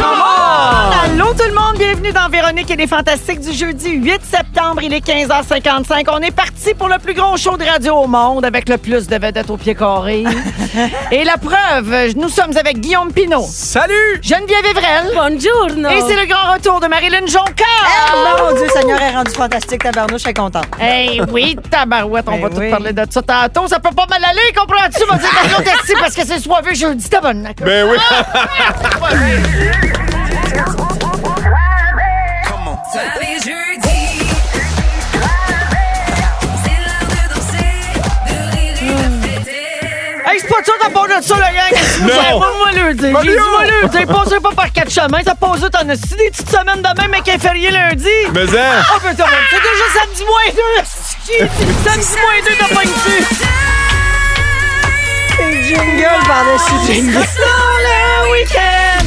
Allô tout le monde, bienvenue dans Véronique et les Fantastiques du jeudi 8 septembre, il est 15h55. On est parti pour le plus gros show de radio au monde avec le plus de vedettes au pied carré. et la preuve, nous sommes avec Guillaume Pinault. Salut! Geneviève Evrel. Buongiorno. Et c'est le grand retour de Marilyn Jonca. Mon Dieu, Seigneur est rendu fantastique, tabarnouche, je suis contente. Hey, Eh oui, tabarouette, on Ben va oui. tout parler de ça tantôt. Ça peut pas mal aller, comprends-tu? On va dire Mario Testi parce que c'est soivé jeudi, tabarnak. Ben oui! Hey, c'est pas ça t'as pas de ça, le gang. Non. Moi, le dire. J'ai Mario. dit, moi, le dire. Passez pas par quatre chemins. T'as posé, t'en as six des petites semaines de même avec un férié lundi. Mais hein, Oh, putain, c'est déjà samedi moins deux. esti. Samedi moins deux, t'as pas une dessus. Et jingle par-dessus jingle. le week-end.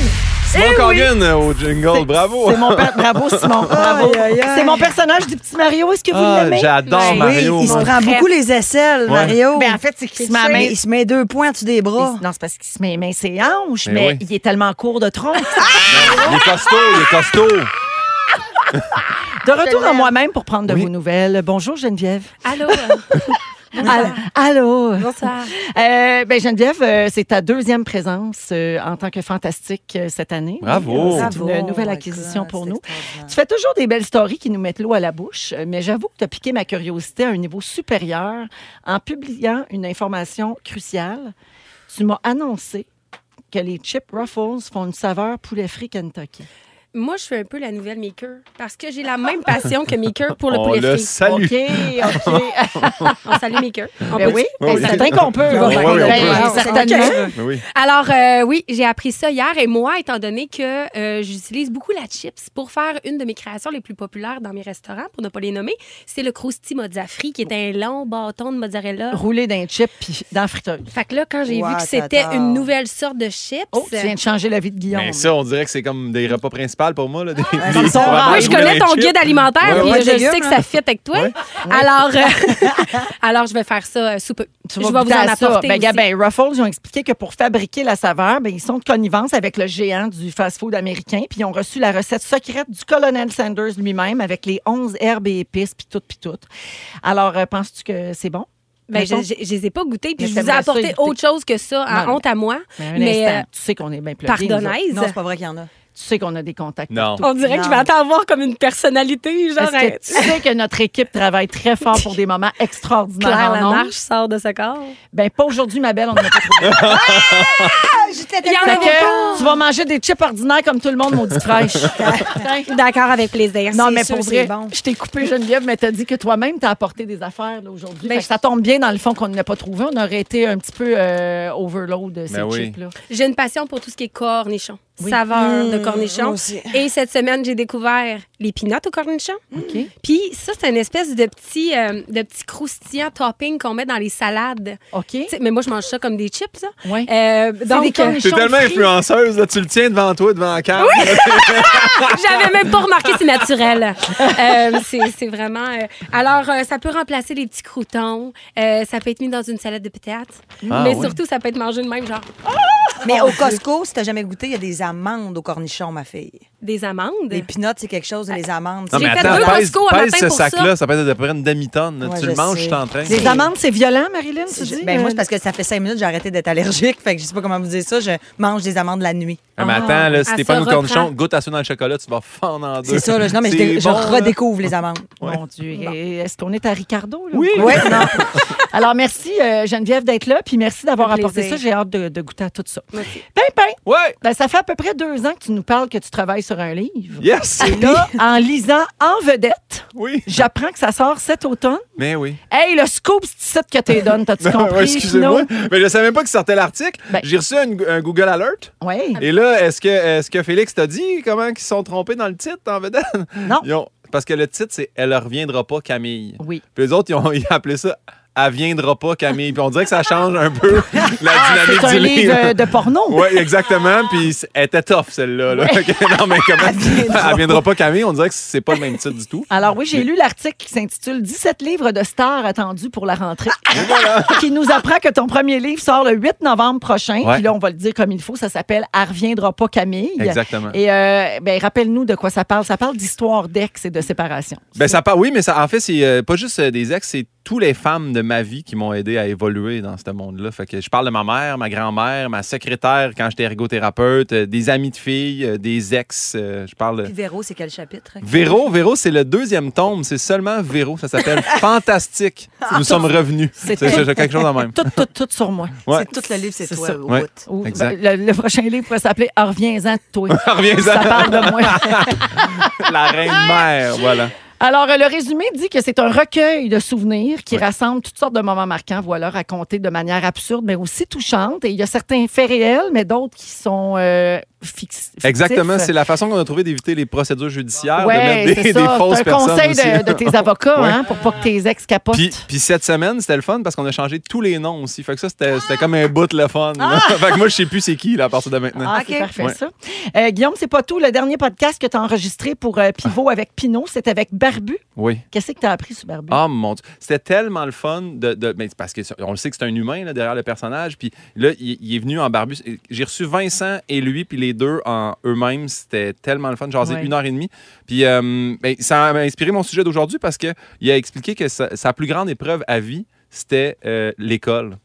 Simon Corgan euh, au jingle, bravo! C'est mon père. Bravo, Simon. Bravo. Aïe, aïe, aïe. C'est mon personnage du petit Mario. Est-ce que vous Ah, l'aimez? J'adore Oui, Mario! il se moi. prend beaucoup les aisselles, Mario. Ben, en fait, c'est qu'il se met à Mais main- il se met deux points en dessous des bras. Non, c'est parce qu'il se met main ses hanches, mais, Mais oui. il est tellement court de tronc. Il est costaud, il est costaud! De retour à moi-même pour prendre de vos nouvelles. Bonjour Geneviève. Allô. Allô. Allô. Bonsoir. Euh, ben Geneviève, euh, c'est ta deuxième présence euh, en tant que fantastique euh, cette année. Euh, Bravo. C'est une Bravo, Oh nouvelle my acquisition God, pour c'est nous. extraordinaire. Tu fais toujours des belles stories qui nous mettent l'eau à la bouche, euh, mais j'avoue que tu as piqué ma curiosité à un niveau supérieur en publiant une information cruciale. Tu m'as annoncé que les Chip Ruffles font une saveur poulet frit Kentucky. Moi, je suis un peu la nouvelle Maker parce que j'ai la même passion que Maker pour le On poulet le frit. salue! OK, OK. On salue Maker. On Ben peut- oui, Ah Oui, c'est oui. certain qu'on peut. Oui, oui, on Ben, peut. certainement. Ben oui. Alors, euh, oui, j'ai appris ça hier et moi, étant donné que euh, j'utilise beaucoup la chips pour faire une de mes créations les plus populaires dans mes restaurants, pour ne pas les nommer, c'est le Krusty Mozzafri, qui est un long bâton de mozzarella. Rouler d'un chip puis dans la friteuse. Fait que là, quand j'ai Wow, vu que c'était t'adores. une nouvelle sorte de chips, Oh, tu viens de changer la vie de Guillaume. Ben ça, on dirait que c'est comme des repas principaux pour moi. Là, des, c'est des- ça. vraiment Moi, Ah je connais des ton chips. guide alimentaire, Ouais, puis ouais. je Légumes, sais que ça fit avec toi. Alors, euh, alors, je vais faire ça euh, sous peu. Tu je vas vais vous goûter en à ça. apporter Ben, aussi. gars, ben, Ruffles, ils ont expliqué que pour fabriquer la saveur, ben, ils sont de connivence avec le géant du fast-food américain. Puis ils ont reçu la recette secrète du colonel Sanders lui-même avec les 11 herbes et épices, puis tout, puis tout. Alors, euh, penses-tu que c'est bon? Ben, je, mettons. je- je les ai pas goûtés, puis Mais je vous ai t'aimerais ça y apporté goûter. autre chose que ça, en Non, honte à moi. Ben, un mais instant, euh, tu sais qu'on est bien plugués, nous autres. pardonnaise. Non, c'est pas vrai qu'il y en a. Tu sais qu'on a des contacts. Non. partout. euh, on dirait que je vais Non. attendre voir comme une personnalité, genre. euh, Parce que tu sais que notre équipe travaille très fort pour des moments extraordinaires. Claire en ondes. Lamarche sort de ce corps. Ben, pas aujourd'hui, ma belle, on en a pas trouvé. Il y en Fait avait que tu vas manger des chips ordinaires comme tout le monde, maudite fraîche. pas. D'accord, avec plaisir. Non, Ah, C'est mais sûr, pour c'est vrai, bon. je t'ai coupé Geneviève, mais t'as dit que toi-même, t'as apporté des affaires là, aujourd'hui. Ben, Fait que ça tombe bien, dans le fond, qu'on n'a pas trouvé. On aurait été un petit peu euh, overload, euh, ces Ben oui. chips-là. J'ai une passion pour tout ce qui est cornichon. Oui. Saveur de cornichon. moi aussi. Et cette semaine, j'ai découvert les pinottes au cornichon. OK. Puis ça, c'est une espèce de petit, euh, de petit croustillant topping qu'on met dans les salades. OK? Tu sais, mais moi, je mange ça comme des chips. Là. Ouais. Euh, des donc, euh, cornichons T'es tellement frits. influenceuse, là, tu le tiens devant toi, devant la carte. j'avais même pas remarqué, c'est naturel. Euh, c'est c'est vraiment. euh, alors, euh, ça peut remplacer les petits croutons. Euh, ça peut être mis dans une salade de patates. Ah, mais oui. surtout, ça peut être mangé de même, genre Mais au Costco, si t'as jamais goûté, il y a des amandes au cornichon, ma fille. des amandes. Des peanuts, c'est quelque chose, et les amandes. Non, J'ai Ah, mais fait deux attends, pèse, Costco un pèse matin ce pour ça. sac-là, ça pèse à peu près une demi-tonne. là. Ouais, tu je le manges, sais. je t'entraîne. Les amandes, c'est violent, Marilyn, tu dis? Ben, moi, Euh, c'est parce que ça fait cinq minutes que j'ai arrêté d'être allergique. Fait que je sais pas comment vous dire ça. Je mange des amandes la nuit. Ah, mais attends, là, si Ah, t'es ça pas une reprend. cornichon, goûte à ça dans le chocolat, tu vas fendre en deux. C'est ça, là. Non, mais je, C'est dé- je bon, là. redécouvre les amandes. Mon Dieu, et est-ce qu'on est à Ricardo? Là, Oui. ou quoi? Ouais, non. Alors, merci euh, Geneviève d'être là, puis merci d'avoir Un plaisir. apporté ça. J'ai hâte de, de goûter à tout ça. Moi aussi. Pimpin, Ouais! ben, ça fait à peu près deux ans que tu nous parles que tu travailles sur un livre. Yes! Là, en lisant En vedette, Oui! j'apprends que ça sort cet automne. Mais oui. Hey, le scoop, c'est ça que t'es donne, t'as-tu compris? Ouais, Excusez-moi, Pino? mais je savais même pas qu'il sortait l'article. Ben. Ah J'ai reçu un, un Google Alert. Ouais. Et là, est-ce que, est que Félix t'a dit comment ils se sont trompés dans le titre en vedette? Non. Ils ont Parce que le titre, c'est Elle reviendra pas, Camille. Oui. Puis les autres, ils ont ils ont appelé ça Elle viendra pas, Camille. Puis on dirait que ça change un peu la dynamique Ah, C'est un du livre euh, de porno. Oui, exactement. Puis c- elle était tough, celle-là. là. non, mais comment? Elle viendra, pas, Camille. On dirait que c'est pas le même titre du tout. Alors oui, j'ai lu l'article qui s'intitule 17 livres de stars attendus pour la rentrée. Ah! qui nous apprend que ton premier livre sort le 8 novembre prochain. Ouais. Puis là, on va le dire comme il faut, ça s'appelle « Elle reviendra pas Camille ». Exactement. Et euh, ben, rappelle-nous de quoi ça parle. Ça parle d'histoire d'ex et de séparation. Ben, ça part, oui, mais ça, en fait, c'est euh, pas juste euh, des ex, c'est tous les femmes de ma vie qui m'ont aidé à évoluer dans ce monde-là. Fait que je parle de ma mère, ma grand-mère, ma secrétaire quand j'étais ergothérapeute, euh, des amis de filles, euh, des ex. euh, je parle de... Puis Véro, c'est quel chapitre? Véro, Véro, c'est le deuxième tome. C'est seulement Véro. Ça s'appelle Fantastique. Nous sommes revenus. C'est C'est c'est quelque chose de même. Tout, tout, tout sur moi. Ouais. C'est tout le livre, c'est C'est toi ça. au Ouais. bout. Ou, Exact. ben, le, le prochain livre pourrait s'appeler « Ah, Reviens-en de toi ». Reviens-en. Ça parle de moi. La reine-mère, voilà. Alors, euh, le résumé dit que c'est un recueil de souvenirs qui rassemble toutes sortes de moments marquants, voilà, racontés de manière absurde, mais aussi touchante. Et il y a certains faits réels, mais d'autres qui sont euh, fix- fictifs. Exactement, c'est la façon qu'on a trouvé d'éviter les procédures judiciaires, de Ouais, mettre des, c'est ça. des fausses C'est un personnes conseil de, aussi. de tes avocats, Ouais. hein, pour pas que tes ex capotent. Puis, puis cette semaine, c'était le fun parce qu'on a changé tous les noms aussi. Fait que ça, c'était c'était comme un bout le fun. là. fait que moi, je sais plus c'est qui là, à partir de maintenant. Ah, Ok. c'est parfait, Ouais. ça. Euh, Guillaume, c'est pas tout. Le dernier podcast que tu as enregistré pour euh, Pivot avec Pinot, c'était avec Barbu. Oui. Qu'est-ce que tu as appris sur Barbu? Ah mon dieu, c'était tellement le fun de, de- mais c'est parce que ça- on le sait que c'est un humain là, derrière le personnage. Puis là, il, il est venu en barbus. J'ai reçu Vincent et lui, puis les deux en eux-mêmes, c'était tellement le fun. J'en ai Ouais. une heure et demie. Puis euh, ben, ça m'a inspiré mon sujet d'aujourd'hui parce que il a expliqué que sa, sa plus grande épreuve à vie, c'était euh, l'école.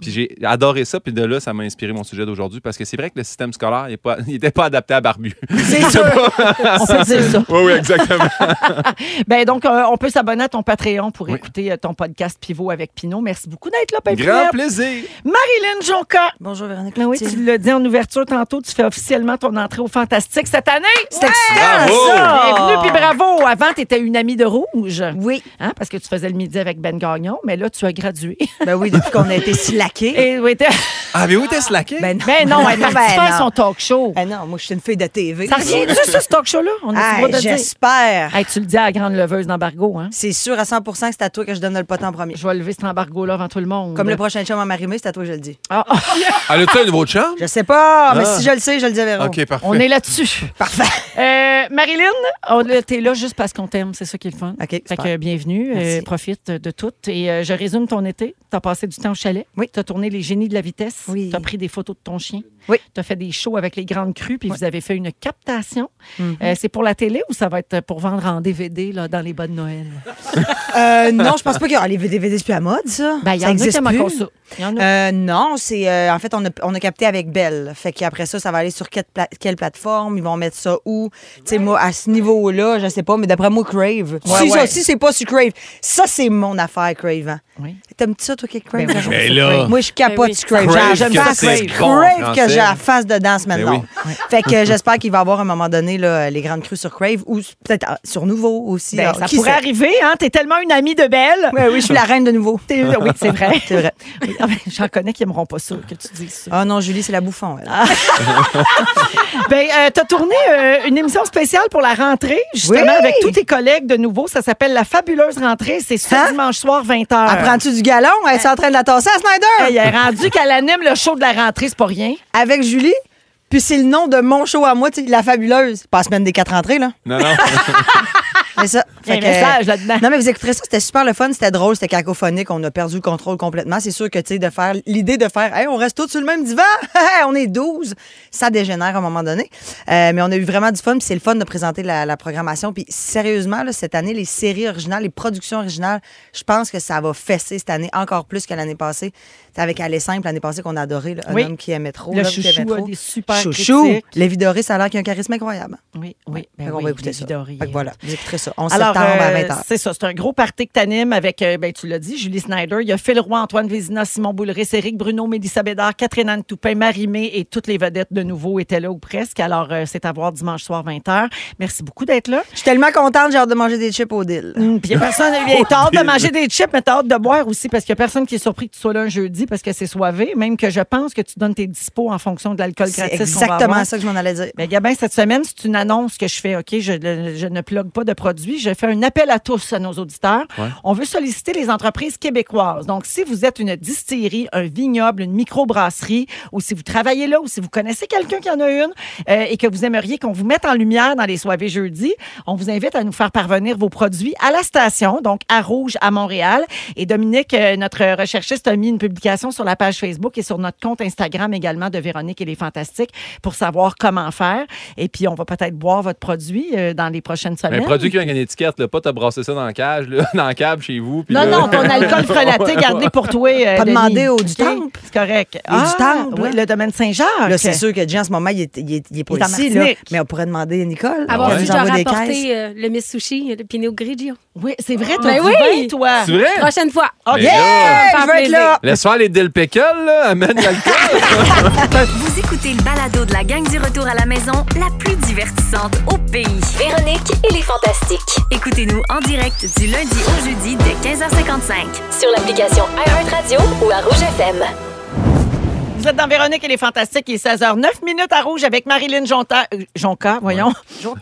Puis j'ai adoré ça, puis de là, ça m'a inspiré mon sujet d'aujourd'hui parce que c'est vrai que le système scolaire, il est pas- il n'était pas, adapté à barbu. C'est sûr. Ah. On peut dire ça. oui, oui, exactement. Ben donc, euh, on peut s'abonner à ton Patreon pour Oui. écouter euh, ton podcast Pivot avec Pinot. Merci beaucoup d'être là, Grand Patrick. plaisir. Marilyn Jonca. Bonjour Véronique Ben oui, Cloutier. tu l'as dit en ouverture tantôt, tu fais officiellement ton entrée au Fantastique cette année. C'est excitant, Bravo! ça! Bienvenue, puis bravo. Avant, tu étais une amie de rouge. Oui, Hein, parce que tu faisais le midi avec Ben Gagnon, mais là, tu as gradué. ben oui, depuis qu'on a été slackés. Et, oui, t'es- Ah, mais où t'es slacké? Ben non, ben non, elle est partie Ben faire non. son talk show. Ben non, moi, je suis une fille de TV. Ça revient-tu sur ce talk show-là? On a le Hey, droit de le dire. J'espère. Hey, tu le dis à la grande leveuse d'embargo. Hein? C'est sûr à 100 que c'est à toi que je donne le pot en premier. Je vais lever cet embargo-là avant tout le monde. Comme le prochain chum à Marimé, c'est à toi que je le dis. Ah, ah, Elle a-tu un nouveau chum? Je sais pas, mais Ah. si je le sais, je le dis à Véro. OK, parfait. on est là-dessus. Parfait. Euh, Marilyn, on- là, t'es là juste parce qu'on t'aime, c'est ça qui est le fun. OK, Fait super. que euh, bienvenue, euh, Merci. profite de tout. Et euh, je résume ton été. T'as passé du temps au chalet. Oui. T'as tourné les génies de la vitesse. Oui. T'as pris des photos de ton chien. Oui. T'as fait des shows avec les grandes crues, puis vous avez fait une captation. Mhm. Euh, c'est pour la télé ou ça va être pour vendre en DVD là, dans les bas de Noël? Euh, non, je pense pas qu'il y a... Ah, les DVD, c'est plus à mode, ça. Ben, il y ça en a qui existe aiment plus. encore ça. Il y en a. Euh, non, c'est euh, en fait on a, on a capté avec Belle. Fait qu'après ça, ça va aller sur quelle, pla- quelle plateforme, ils vont mettre ça où. Tu sais moi à ce niveau-là, je sais pas, mais d'après moi Crave. si ouais. ça si c'est pas sur Crave, ça c'est mon affaire Crave. hein. Oui. T'aimes-tu ça toi qui Crave Ben oui, Véro? Mais là- Moi je capote Ben oui. sur Crave. Crave, J'aime que pas c'est Crave. bon, Crave que français. j'ai la face dedans ce maintenant. Ben oui. Fait que euh, j'espère qu'il va y avoir à un moment donné là, les grandes crues sur Crave ou s- peut-être ah, sur Nouveau aussi. Ben, Alors, ça qui pourrait sait? arriver, hein? T'es tellement une amie de Belle. Ouais, oui, je suis la reine de Nouveau. T'es- Oui, c'est vrai. C'est vrai. Oui, ah ben, J'en connais qui aimeront pas ça que tu dises ça. Ah non, Julie, c'est la bouffon. elle. Ben, euh, t'as tourné euh, une émission spéciale pour la rentrée, justement, Oui. avec tous tes collègues de nouveau. Ça s'appelle La fabuleuse rentrée. C'est ce Hein? dimanche soir, 20h. Apprends-tu du galon? Elle est en train de la tasser à Elle Snyder! est rendue qu'elle anime le show de la rentrée, c'est pas rien. Avec Julie. Puis c'est le nom de mon show à moi, tu sais, la fabuleuse. Pas la semaine des quatre entrées, là. Non, non. C'est ça. Il y a un Fait que- message là-dedans. Non, mais vous écouterez ça, c'était super le fun, c'était drôle, c'était cacophonique, on a perdu le contrôle complètement. C'est sûr que, tu sais, de faire l'idée de faire, hey, on reste tous sur le même divan, on est 12, ça dégénère à un moment donné. Euh, mais on a eu vraiment du fun, puis c'est le fun de présenter la, la programmation. Puis sérieusement, là, cette année, les séries originales, les productions originales, je pense que ça va fesser cette année encore plus que l'année passée. C'est avec Aller Simple, l'année passée qu'on a adoré, là, un Oui. homme qui aimait trop, Le l'homme qui aimait chouchou a trop. des super Chouchou, critiques. Lévi Doré, ça a l'air qu'il a un charisme incroyable. Oui, oui. Ben Fait qu'on oui, va écouter les ça. vidoriers. Fait que voilà, hein. vous écouterez ça. 11 Alors, septembre à euh, 20h. c'est ça, c'est un gros party que t'animes avec, euh, ben, tu l'as dit, Julie Snyder. Il y a Phil Roy, Antoine Vézina, Simon Boulris, Éric Bruno, Mélissa Bédard, Catherine Anne Toupin, Marie-Mé et toutes les vedettes de nouveau étaient là ou presque. Alors, euh, c'est à voir dimanche soir 20h. Merci beaucoup d'être là. Je suis tellement contente, j'ai hâte de manger des chips au deal. Hum, Puis il y a personne, il est hâte de manger des chips, mais t'as hâte de boire aussi parce qu'il y a personne qui est surpris que tu sois là un jeudi parce que c'est soivé, même que je pense que tu donnes tes dispos en fonction de l'alcool C'est gratis qu'on va avoir. exactement ça que je m'en allais dire. Ben, Gabin, cette semaine, c'est une annonce que je fais, OK? Je, le- je ne plug pas de produits aujourd'hui, j'ai fait un appel à tous à nos auditeurs. Ouais. On veut solliciter les entreprises québécoises. Donc, si vous êtes une distillerie, un vignoble, une microbrasserie, ou si vous travaillez là, ou si vous connaissez quelqu'un qui en a une euh, et que vous aimeriez qu'on vous mette en lumière dans les soirées jeudi, on vous invite à nous faire parvenir vos produits à la station, donc à Rouge à Montréal. Et Dominique, euh, notre recherchiste, a mis une publication sur la page Facebook et sur notre compte Instagram également de Véronique et les Fantastiques pour savoir comment faire. Et puis, on va peut-être boire votre produit euh, dans les prochaines Mais semaines. un Ben, produit qui a une étiquette, là, pas t'as brassé ça dans la cage, là, dans la cave chez vous. puis Non, là- non, ton alcool frelaté, gardez pour toi. euh, Pas Denis. demander au du OK? temple. C'est correct. Ah, du temple, Oui, là. le domaine Saint-Jacques. Là, c'est sûr que Jean, en ce moment, il est, il est- Ah, il est pas Il est en ici, là. Martinique. mais on pourrait demander à Nicole. Avoir qu'elle dû nous te envoie des caisses. rapporter euh, le Miss Sushi, le Pinot Grigio. Oui, c'est vrai, t'as Ben du oui! vin, toi. C'est vrai? Prochaine fois. Mais là, Yeah! Ça va Je faire veux être là! Laisse faire les Del Pickle, là, amène l'alcool. Vous écoutez le balado de la gang du retour à la maison, la plus divertissante au pays. Véronique et les Fantastiques. Écoutez-nous en direct du lundi au jeudi dès 15h55. Sur l'application iHeartRadio ou à Rouge FM. Vous êtes dans Véronique et les Fantastiques. Il est 16h09 minutes à rouge avec Marilyn Jonta, euh, Jonca, voyons.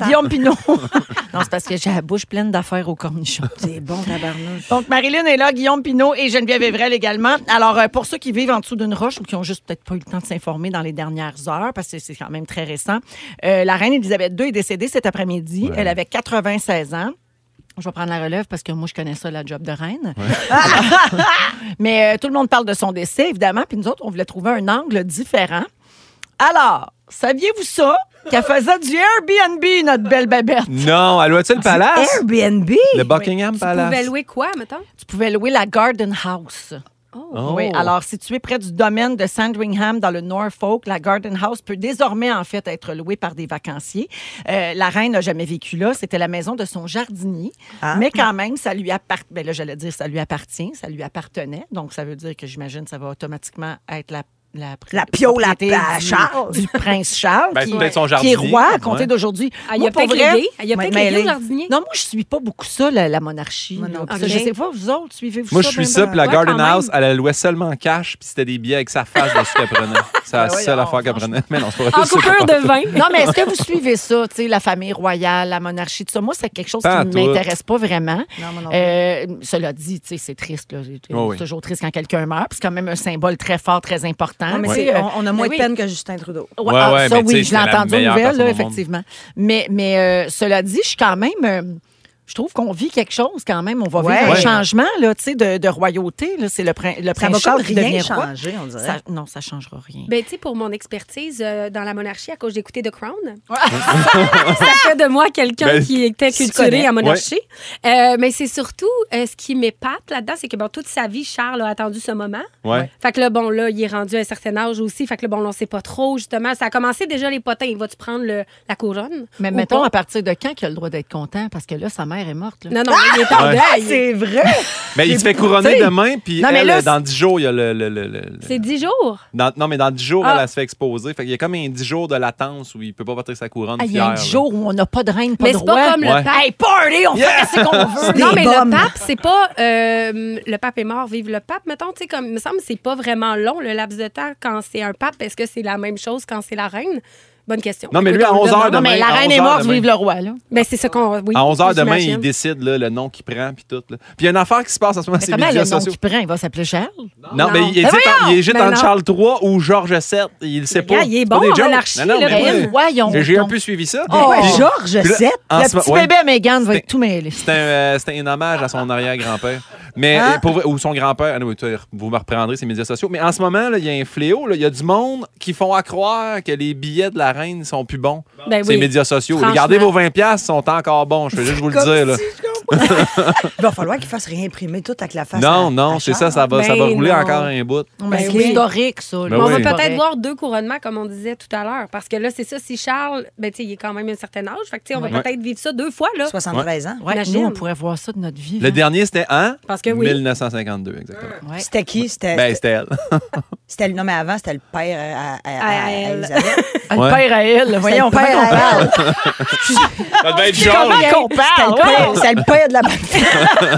Guillaume Pinot. non, c'est parce que j'ai la bouche pleine d'affaires au cornichon. C'est bon, tabarnouche. Donc, Marilyn est là, Guillaume Pinot et Geneviève Evrel également. Alors, euh, pour ceux qui vivent en dessous d'une roche ou qui ont juste peut-être pas eu le temps de s'informer dans les dernières heures, parce que c'est quand même très récent, euh, la reine Elisabeth II est décédée cet après-midi. Elle avait 96 ans. Je vais prendre la relève parce que moi, je connais ça, la job de reine. Mais euh, tout le monde parle de son décès, évidemment. Puis nous autres, on voulait trouver un angle différent. Alors, saviez-vous ça? Qu'elle faisait du Airbnb, notre belle babette. non, elle Ah, a-tu le palace? Ah, Airbnb? Le Buckingham Vous pouvez Palace. louer quoi, mettons? Tu pouvais louer la Garden House. Oh. Oui, alors située près du domaine de Sandringham dans le Norfolk, la Garden House peut désormais en fait être louée par des vacanciers. Euh, la reine n'a jamais vécu là, c'était la maison de son jardinier, Ah. mais quand même ça lui appartient. là j'allais dire ça lui appartient, ça lui appartenait, donc ça veut dire que j'imagine ça va automatiquement être la la, pr- La pio, la propriété pa- du- Charles. du, prince Charles Ben, qui, peut-être son qui est jardinier. roi à compter Ouais. d'aujourd'hui. Ah, il y Moi, a pour peut-être vrai- les gays. Ah, Il y a Ouais, peut-être mais les gays au les- jardinier. Non, moi je suis pas beaucoup ça la, la monarchie. Moi non là. Puis plus. ça, Je sais pas vous autres, suivez-vous Moi, je ça suis ben, ça, ben? puis la Ouais, Garden quand même. House, elle la louait seulement en cash, puis c'était des billets avec sa face dessus qu'elle prenait. C'est la Ben seule voyons, affaire qu'elle prenait. Mais non, c'est pas En vrai, c'est pas coupure vrai. de vin. Non, mais est-ce que vous suivez ça, tu sais, la famille royale, la monarchie, tout ça? Moi, c'est quelque chose Pas à qui toi. ne m'intéresse pas vraiment. Non, moi non plus. Euh, cela dit, tu sais, c'est triste. là. C'est Oh oui. toujours triste quand quelqu'un meurt. puis C'est quand même un symbole très fort, très important. Non, mais tu sais, c'est- euh, on, on a moins oui. de peine que Justin Trudeau. Ouais, Ouais, ah, ouais, ça, mais tu oui, sais, je l'ai c'est la entendu aux meilleure nouvelles, là, personne au monde. effectivement. Mais, mais euh, cela dit, je suis quand même. euh, je trouve qu'on vit quelque chose quand même. On va Ouais. vivre un Ouais. changement là, tu sais, de, de royauté. là. C'est le, prin- le Ça prince va comme Charles qui rien devient roi. changer, on dirait. Ça- non, ça changera rien. Ben, tu sais, pour mon expertise euh, dans la monarchie, à cause d'écouter The Crown, ça fait de moi quelqu'un Ben, qui était s'y culturé connaît. en monarchie. Euh, mais c'est surtout euh, ce qui m'épate là-dedans, c'est que bon, toute sa vie, Charles a attendu ce moment. Ouais. Fait que là, bon, là, il est rendu à un certain âge aussi. Fait que là, bon, on sait pas trop, justement. Ça a commencé déjà les potins. Il va-tu prendre le- la couronne? Mais ou mettons, pas? à partir de quand qu'il a le droit d'être content? Parce que là, sa mère est morte. là. Non, non, il est en Ouais. Ah, deuil. c'est vrai! Mais il se fait couronner T'sais. demain, puis Non, mais elle, euh, là, dans 10 jours, il y a le. le- le- le- le- C'est 10 jours. dans- non, mais dans 10 jours, Ah. elle, elle se fait exposer. Fait qu'il y a comme un 10 jours de latence où il peut pas porter sa couronne. Ah, il y a fière, un là. jour où on n'a pas de reine, pas mais de c'est pas roi. comme Ouais. le pape. Hey, party, on Yeah! fait ce qu'on veut. Des Non, mais bombes. le pape, c'est pas. euh, le pape est mort, vive le pape. Mettons, tu sais, comme, il me semble, c'est pas vraiment long le laps de temps quand c'est un pape. Est-ce que c'est la même chose quand c'est la reine? Bonne question. Non, mais lui, à 11 h Non, demain. mais la à reine 11 est heures morte, demain. vive le roi. Là. Ben, c'est ça qu'on. Oui, À 11 h demain, j'imagine. il décide là, le nom qu'il prend, puis tout. là. Puis il y a une affaire qui se passe en ce moment, Mais c'est les comment le médias nom sociaux. qu'il prend? Il va s'appeler Charles? Non, Non. mais il Mais hésite, en- il hésite Mais entre non. Charles III ou Georges VII. Il le sait Regarde, pas. il est C'est pas bon des en jokes. monarchie, Non, non, là, mais Ben, oui. voyons. J'ai- J'ai un donc. peu suivi ça. Oh, Puis- Georges puis là, VII, en Le ce moment- petit ouais. bébé Mégane va être tout mêlé. C'était un, euh, c'était un hommage à son arrière-grand-père. Mais Ah. euh, pour vrai- ou son grand-père, Ah non, tu- vous me reprendrez ces médias sociaux. Mais en ce moment, là, il y a un fléau. là. Il y a du monde qui font à croire que les billets de la reine sont plus bons. Ben Ces oui. médias sociaux. Franchement. Regardez vos 20$ piastres, ils sont encore bons. Je veux juste vous le Comme dire. là. si je comprends. Il va falloir qu'il fasse réimprimer tout avec la face. Non, à- à non, c'est ça, Charles. ça va, ça va Ben rouler non. encore un bout. Mais Ben c'est oui. historique, ça. là. Ben Mais on oui. va peut-être Correct. voir deux couronnements, comme on disait tout à l'heure. Parce que là, c'est ça, si Charles, ben, tu sais, il est quand même un certain âge. Fait que, tu sais, on va Ouais. peut-être vivre ça deux fois, là. 73 ans. Ouais, Imagine. nous, on pourrait voir ça de notre vie. Le hein. dernier, c'était en Parce que oui. 1952, exactement. Ouais. C'était qui? C'était. Ben, c'était elle. c'était le- non, mais avant, c'était le père euh, à, à- à- À à elle. Elisabeth. Ah, Ouais. Le père à elle, là. C'était voyons. le père comment à elle. Ça devait être on- jaune. Comment qu'on parle? C'était le père- C'était le père de la La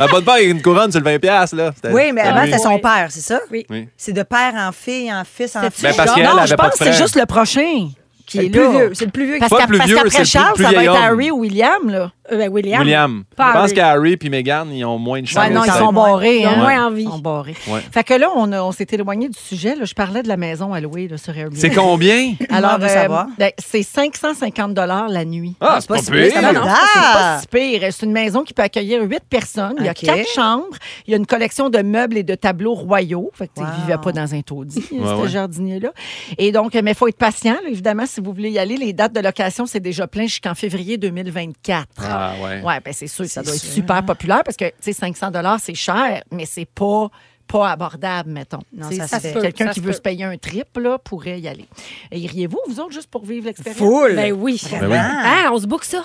Ah, bonne paire, il y a une couronne sur le 20$. piastres, Là. C'était- Oui, mais c'était avant, lui. c'était son père, c'est ça? Oui. Ah Oui. C'est de père en fille, en fils, en Ben, fille. parce qu'elle Non, avait je pas pense de que c'est frère. juste le prochain. Ben, qui C'est est le plus là. vieux. C'est le plus vieux. Parce Pas qu'ap- plus parce vieux, qu'après c'est le Charles, plus ça va vieil être homme. Harry ou William, là. Euh, ben, William. William. Pas Je pense Harry. qu'Harry et Meghan, ils ont moins de chance. Ouais, non, mais ils ça- sont barrés. Ils ont hein. moins envie. Ils sont barrés. Ouais. Fait que là, on, a- on s'est éloigné du sujet. là. Je parlais de la maison à louer là, sur Airbnb. C'est combien? Moi, Alors, on veut savoir. ben, c'est 550 la nuit. Ah, c'est pas si pire, ça va pire. Non, Ah! ça, c'est pas si pire. C'est une maison qui peut accueillir huit personnes. Il y a OK. quatre chambres. Il y a une collection de meubles et de tableaux royaux. Fait que, tu sais, Wow. il vivait pas dans un taudis, ce ouais. jardinier-là. Et donc, mais il faut être patient, là, évidemment, si vous voulez y aller. Les dates de location, c'est déjà plein jusqu'en février 2024. Ah, ouais. Oui, ben c'est sûr que ça C'est doit être sûr. super populaire parce que, tu sais, 500 c'est cher, mais c'est pas pas abordable, mettons. Non, Tu sais, ça se c'est peut, Quelqu'un ça qui se veut peut. se payer un trip, là, pourrait y aller. Et iriez-vous, vous autres, juste pour vivre l'expérience? Full. Ben oui. Ben oui. Ah, on se boucle ça.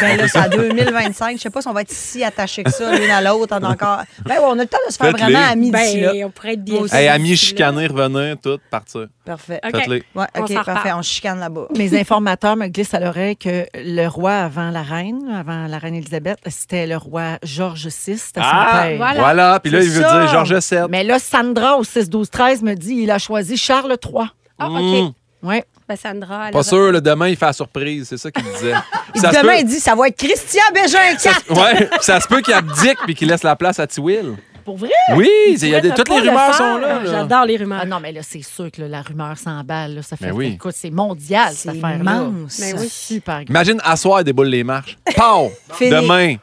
Ben là, c'est à 2025. Je sais pas si on va être si attachés que ça l'une à l'autre. On a encore. Ben ouais, on a le temps de se faire Faites-les. vraiment à midi. là. Ben, on pourrait être bien. Moi aussi. Hey, d'ici amis, là. chicaner, revenir, tout, partir. Parfait. OK. Faites-les. Ouais, On OK, s'en parfait. reparle. On chicane là-bas. Mes informateurs me glissent à l'oreille que le roi avant la reine, avant la reine Élisabeth, c'était le roi George VI, c'était son Ah, père. Voilà. voilà. Puis là, il C'est veut ça. dire Georges VII. Mais là, Sandra, au 6-12-13, me dit il a choisi Charles III. Ah, OK. Mm. Ouais. Ben, Sandra. elle Pas a- sûr, le demain, il fait la surprise. C'est ça qu'il disait. Puis Il ça dit se demain, peut- il dit ça va être Christian Bégin 4. Ouais, puis ça se peut qu'il abdique puis qu'il laisse la place à Tiwil. Pour vrai? Oui, c'est- il y a des- pourrait toutes ne pas les le rumeurs sont faire. là. là. J'adore les rumeurs. Ah non, mais là, c'est sûr que là, la rumeur s'emballe. là. Ça fait Ben oui. écoute, c'est mondial, cette C'est affaire-là. immense. Mais Ben oui. oui. Super grand. Imagine asseoir des boules les marches. Pow! Fini. Demain.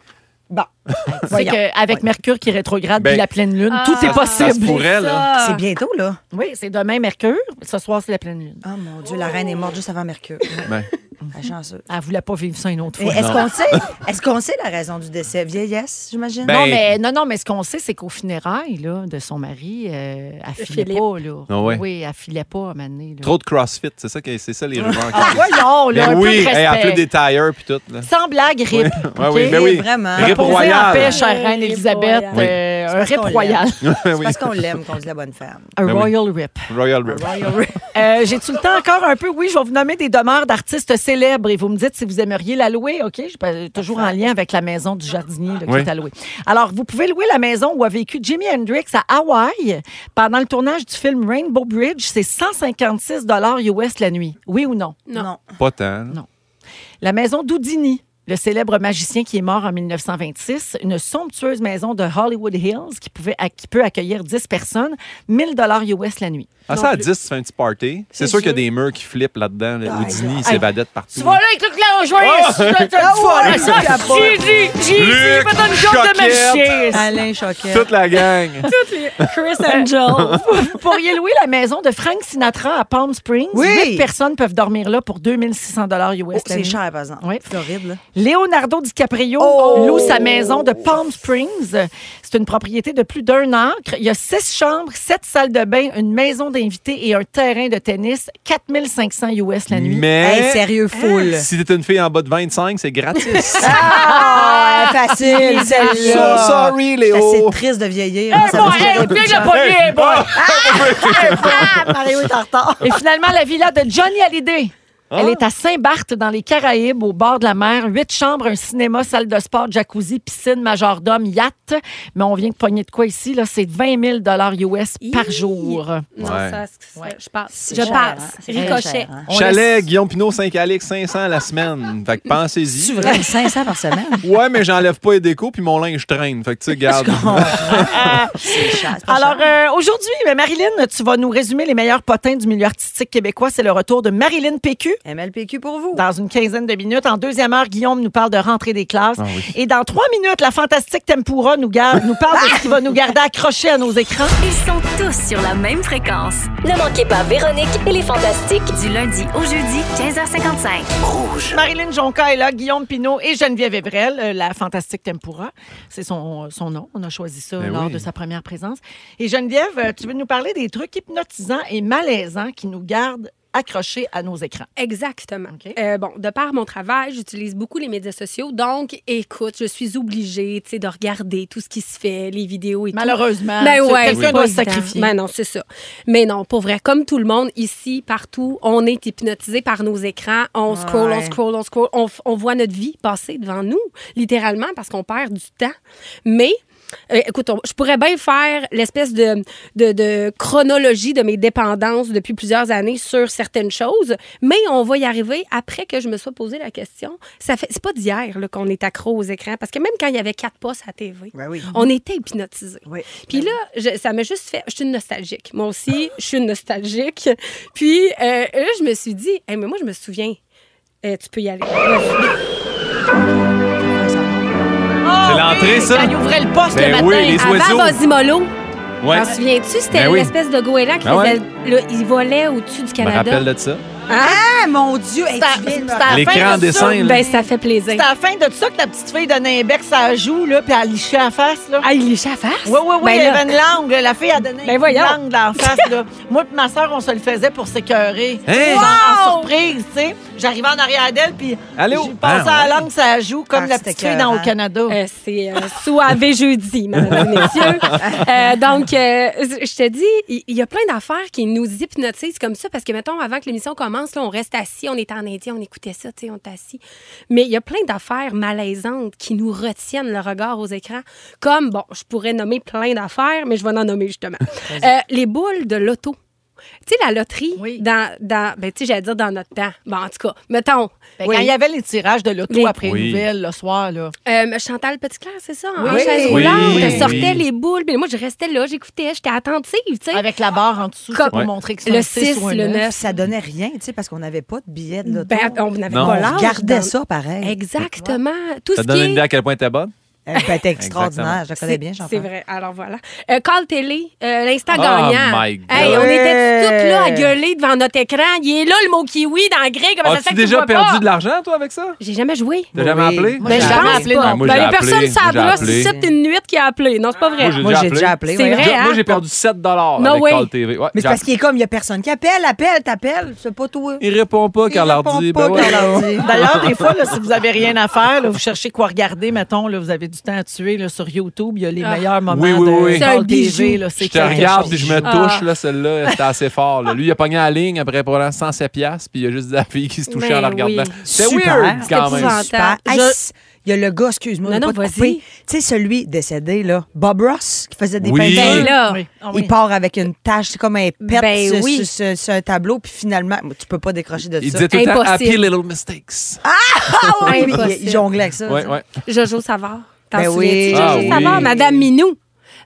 Bon. C'est Voyons. qu'avec Mercure qui rétrograde Ben, puis la pleine lune, tout est Ça Ah, se possible. pourrait, là. Ça. C'est bientôt, là. oui, c'est demain Mercure. Ce soir, c'est la pleine lune. Oh mon Dieu, la reine est morte juste avant Mercure. Ben, La chanceuse. Elle voulait pas vivre ça une autre Ah, Et fois. Est-ce qu'on sait, est-ce qu'on sait la raison du décès? Vieillesse, j'imagine? Ben, non, mais, non, non, mais ce qu'on sait, c'est qu'au funérailles là, de son mari, euh, elle filait Philippe. pas. Là. Ah ouais. Oui, elle filait pas à un moment donné, là. Trop de CrossFit, c'est ça, que- c'est ça les rumeurs. Ah, voyons, là, Mais un peu oui, de hey, en respect. plus des tires puis tout. Là. Sans blague, rip. Ouais, OK? oui, ben oui. Vraiment. Rip Reposez en royal. paix, chère Oui, reine rip Elisabeth. royal. Oui. euh, C'est un parce rip qu'on l'aime. royal. C'est Oui, parce qu'on l'aime qu'on dit la bonne femme. Un Ben oui. royal rip. Royal Rip. Euh, J'ai-tu le temps encore un peu? Oui, je vais vous nommer des demeures d'artistes célèbres et vous me dites si vous aimeriez la louer, OK? Je parle toujours en lien avec la maison du jardinier là, qui Oui. est à louer. Alors, vous pouvez louer la maison où a vécu Jimi Hendrix à Hawaï pendant le tournage du film Rainbow Bridge. C'est 156 US la nuit. Oui ou non? Non. Pas tant. Non. La maison d'Houdini. Le célèbre magicien qui est mort en 1926, une somptueuse maison de Hollywood Hills qui, pouvait, qui peut accueillir 10 personnes, 1000 US la nuit. Ah, ça, à 10, tu fais un petit party. C'est sûr qu'il y a sûr. des murs qui flippent là-dedans. Là, Ah, au dîner, c'est Hey. vedette partout. Tu vas là avec le clan Ah ouais, joyeux. tu capotes. J'ai dit, j'ai dit, Luc, pas une joke de Choquette. magicien. Alain Choquet. Toute la gang. Chris Angel. Vous pourriez louer la maison de Frank Sinatra à Palm Springs. Oui. Huit personnes peuvent dormir là pour 2600 US. Oh, la c'est nuit. cher, par exemple. Oui. Floride, là. Leonardo DiCaprio Oh. loue sa maison de Palm Springs. C'est une propriété de plus d'un acre. Il y a six chambres, sept salles de bain, une maison d'invités et un terrain de tennis. 4500 US la nuit. Hey, Mais sérieux, full. si t'es une fille en bas de 25, c'est gratis. Ah, facile, celle-là. So sorry, Léo. C'est triste de vieillir. Eh, bon, eh, bien, j'ai pas vu, eh, bon. ah. Mario est en retard. Et finalement, la villa de Johnny Hallyday. Ah. Elle est à Saint-Barth, dans les Caraïbes, au bord de la mer. Huit chambres, un cinéma, salle de sport, jacuzzi, piscine, majordome, yacht. Mais on vient de pogner de quoi ici? là? C'est 20 000 US par Hi. jour. Non, Ouais. ça, c'est- ça, Ouais. je passe. C'est Je cher, passe. hein? C'est très Ricochet. cher, hein? On Chalet, laisse- Guillaume Pinot, Saint-Calix, 500 la semaine. Fait que pensez-y. C'est vrai, 500 par semaine. Ouais, mais j'enlève pas les décos puis mon linge traîne. Fait que tu sais, garde. Ah. C'est cher, c'est pas Alors cher. euh, aujourd'hui, mais Marilyn, tu vas nous résumer les meilleurs potins du milieu artistique québécois. C'est le retour de Marilyn PQ. MLPQ pour vous. Dans une quinzaine de minutes. En deuxième heure, Guillaume nous parle de rentrée des classes. Ah oui. Et dans trois minutes, la fantastique Tempura nous, garde, nous parle de ce qui va nous garder accrochés à nos écrans. Ils sont tous sur la même fréquence. Ne manquez pas Véronique et les Fantastiques. Du lundi au jeudi, 15h55. Marilyn Jonca est là, Guillaume Pinault et Geneviève Evrel, euh, la fantastique Tempura. C'est son, euh, son nom. On a choisi ça Ben lors oui. de sa première présence. Et Geneviève, euh, tu veux nous parler des trucs hypnotisants et malaisants qui nous gardent accrochés à nos écrans. Exactement. OK. Euh, bon, de par mon travail, j'utilise beaucoup les médias sociaux. Donc, écoute, je suis obligée, tu sais, de regarder tout ce qui se fait, les vidéos et tout. Malheureusement, Ah, Ben tu sais, ouais, quelqu'un c'est doit pas se évident. sacrifier. Ben non, c'est ça. Mais non, pour vrai, comme tout le monde, ici, partout, on est hypnotisé par nos écrans. On scroll, on Ouais. scroll, on scroll. On, f- on voit notre vie passer devant nous, littéralement, parce qu'on perd du temps. Mais. euh, écoute, on- je pourrais bien faire l'espèce de, de, de chronologie de mes dépendances depuis plusieurs années sur certaines choses, mais on va y arriver après que je me sois posé la question. Ça fait, c'est pas d'hier là, qu'on est accro aux écrans, parce que même quand il y avait quatre postes à la TV, Ben oui. on était hypnotisés. Oui. Puis là, je- ça m'a juste fait. Je suis une nostalgique. Moi aussi, je suis une nostalgique. Puis euh, là, je me suis dit, Hey, mais moi, je me souviens. Euh, tu peux y aller. Ah C'est l'entrée, ça. Elle ouvrait le poste le Ben matin. oui, les Avant oiseaux. Vasimolo, Ouais. t'en souviens-tu? C'était Ben oui. l'espèce de goéland qui Ben ouais. faisait. le- il volait au-dessus du Je me Canada. rappelle de ça. Ah, mon Dieu! Hey, C'est à- tu viens de me- c'est à la L'écran fin en de dessin, ça. là. Ben, ça fait plaisir. C'est à la fin de ça que la petite fille donnait un bec, ça joue, là, puis elle lichait la face, là. Ah, il est à face? Oui, oui, oui, Ben il y là, avait une langue. là. La fille a donné Ben une voyons. langue dans la face. Là. Moi et ma soeur, on se le faisait pour s'écœurer. Hey! Genre En Wow! surprise, tu sais. J'arrivais en arrière d'elle, puis Allô? je passais Ah, à la langue, ça joue comme Ah, la c'était petite fille dans écœurant. Au Canada. euh, c'est euh, soivé jeudi, mesdames et messieurs. Euh, donc, euh, je te dis, il il y, a plein d'affaires qui nous hypnotisent comme ça parce que, mettons, avant que l'émission commence, là, on reste assis, on est en Indien, on écoutait ça, tu sais, on est assis. Mais il y a plein d'affaires malaisantes qui nous retiennent le regard aux écrans. Comme, bon, je pourrais nommer plein d'affaires, mais je vais en nommer justement. Euh, les boules de l'auto. Tu sais, la loterie, Oui. dans, dans, ben, tu sais, j'allais dire dans notre temps. Bon, en tout cas, mettons. Fait Oui. Quand il y avait les tirages de l'auto Les- après Oui. les nouvelles le soir, là. Euh, Chantal Petitclerc, c'est ça? En Oui. chaise Oui, roulante, elle oui. sortait les boules. Mais moi, je restais là, j'écoutais, j'étais attentive, tu sais. Avec la barre en dessous, c'est pour Ouais. montrer que c'est Le un six 6, ou un le neuf. 9. Ça donnait rien, tu sais, parce qu'on n'avait pas de billets de l'auto. Ben, on n'avait Non. pas on l'âge. gardait dans- ça pareil. Exactement. Tout Ça te ce donne une qui idée est... à quel point t'es bonne? Elle peut être extraordinaire. Je la connais bien, C'est Chantal. vrai. Alors voilà. Euh, call télé, euh, l'instant Oh gagnant. my God. Hey, on était toutes là à Ouais. gueuler devant notre écran. Il est là le mot kiwi dans le grec. Comment ça se fait As-tu que tu déjà vois perdu pas? de l'argent, toi, avec ça? J'ai jamais joué. T'as jamais Oui. appelé? Moi, Ben, j'ai je jamais pense appelé pas. non plus. Ben, il y a Moi, j'ai personne appelé. sur la Moi, j'ai brosse appelé. ici, c'est une nuit qui a appelé. Non, c'est pas vrai. Moi, Moi, j'ai déjà appelé. C'est voyons. vrai. hein? Ben Moi, j'ai perdu 7 dollars No avec way. Call TV. Ouais, Mais c'est j'ai- parce qu'il est comme, il n'y a personne qui appelle, appelle, t'appelles. C'est pas toi. Il répond pas, Carlardi. Il répond Ben pas, ouais. Carlardi. D'ailleurs, des fois, là, si vous avez rien à faire, là, vous cherchez quoi regarder, mettons, là, vous avez du temps à tuer là, sur YouTube, il y a les Ah. meilleurs moments Oui, oui, de Call oui. C'est Ah. un TV. bijou. Là, Je c'est te quelque regarde chose. puis je me touche, là, celle-là, c'était assez fort. là. Lui, il a pogné la ligne après probablement 107 piastres, puis il y a juste la fille qui se touchait en la Mais Ben oui. regardant. C'était Super. weird, quand C'était même. épouvantable. Super. Je- Hey, c- Il y a le gars, excuse-moi, Non, de non, pas te vas-y. couper. Tu sais, celui décédé, là, Bob Ross, qui faisait des Oui. peintures. Ben là, Oui. Ah oui. Il part avec une tache, c'est comme un pet Ben sur, oui. sur- sur- sur un tableau, puis finalement, tu peux pas décrocher de Il ça. disait tout le temps « Impossible. Happy little mistakes Ah oui, mais il, Impossible. il jonglait avec ça. Ouais, ça. ouais. Jojo Savard. T'en Ben souviens-tu? oui. Jojo Ah oui. Savard, Madame Minou.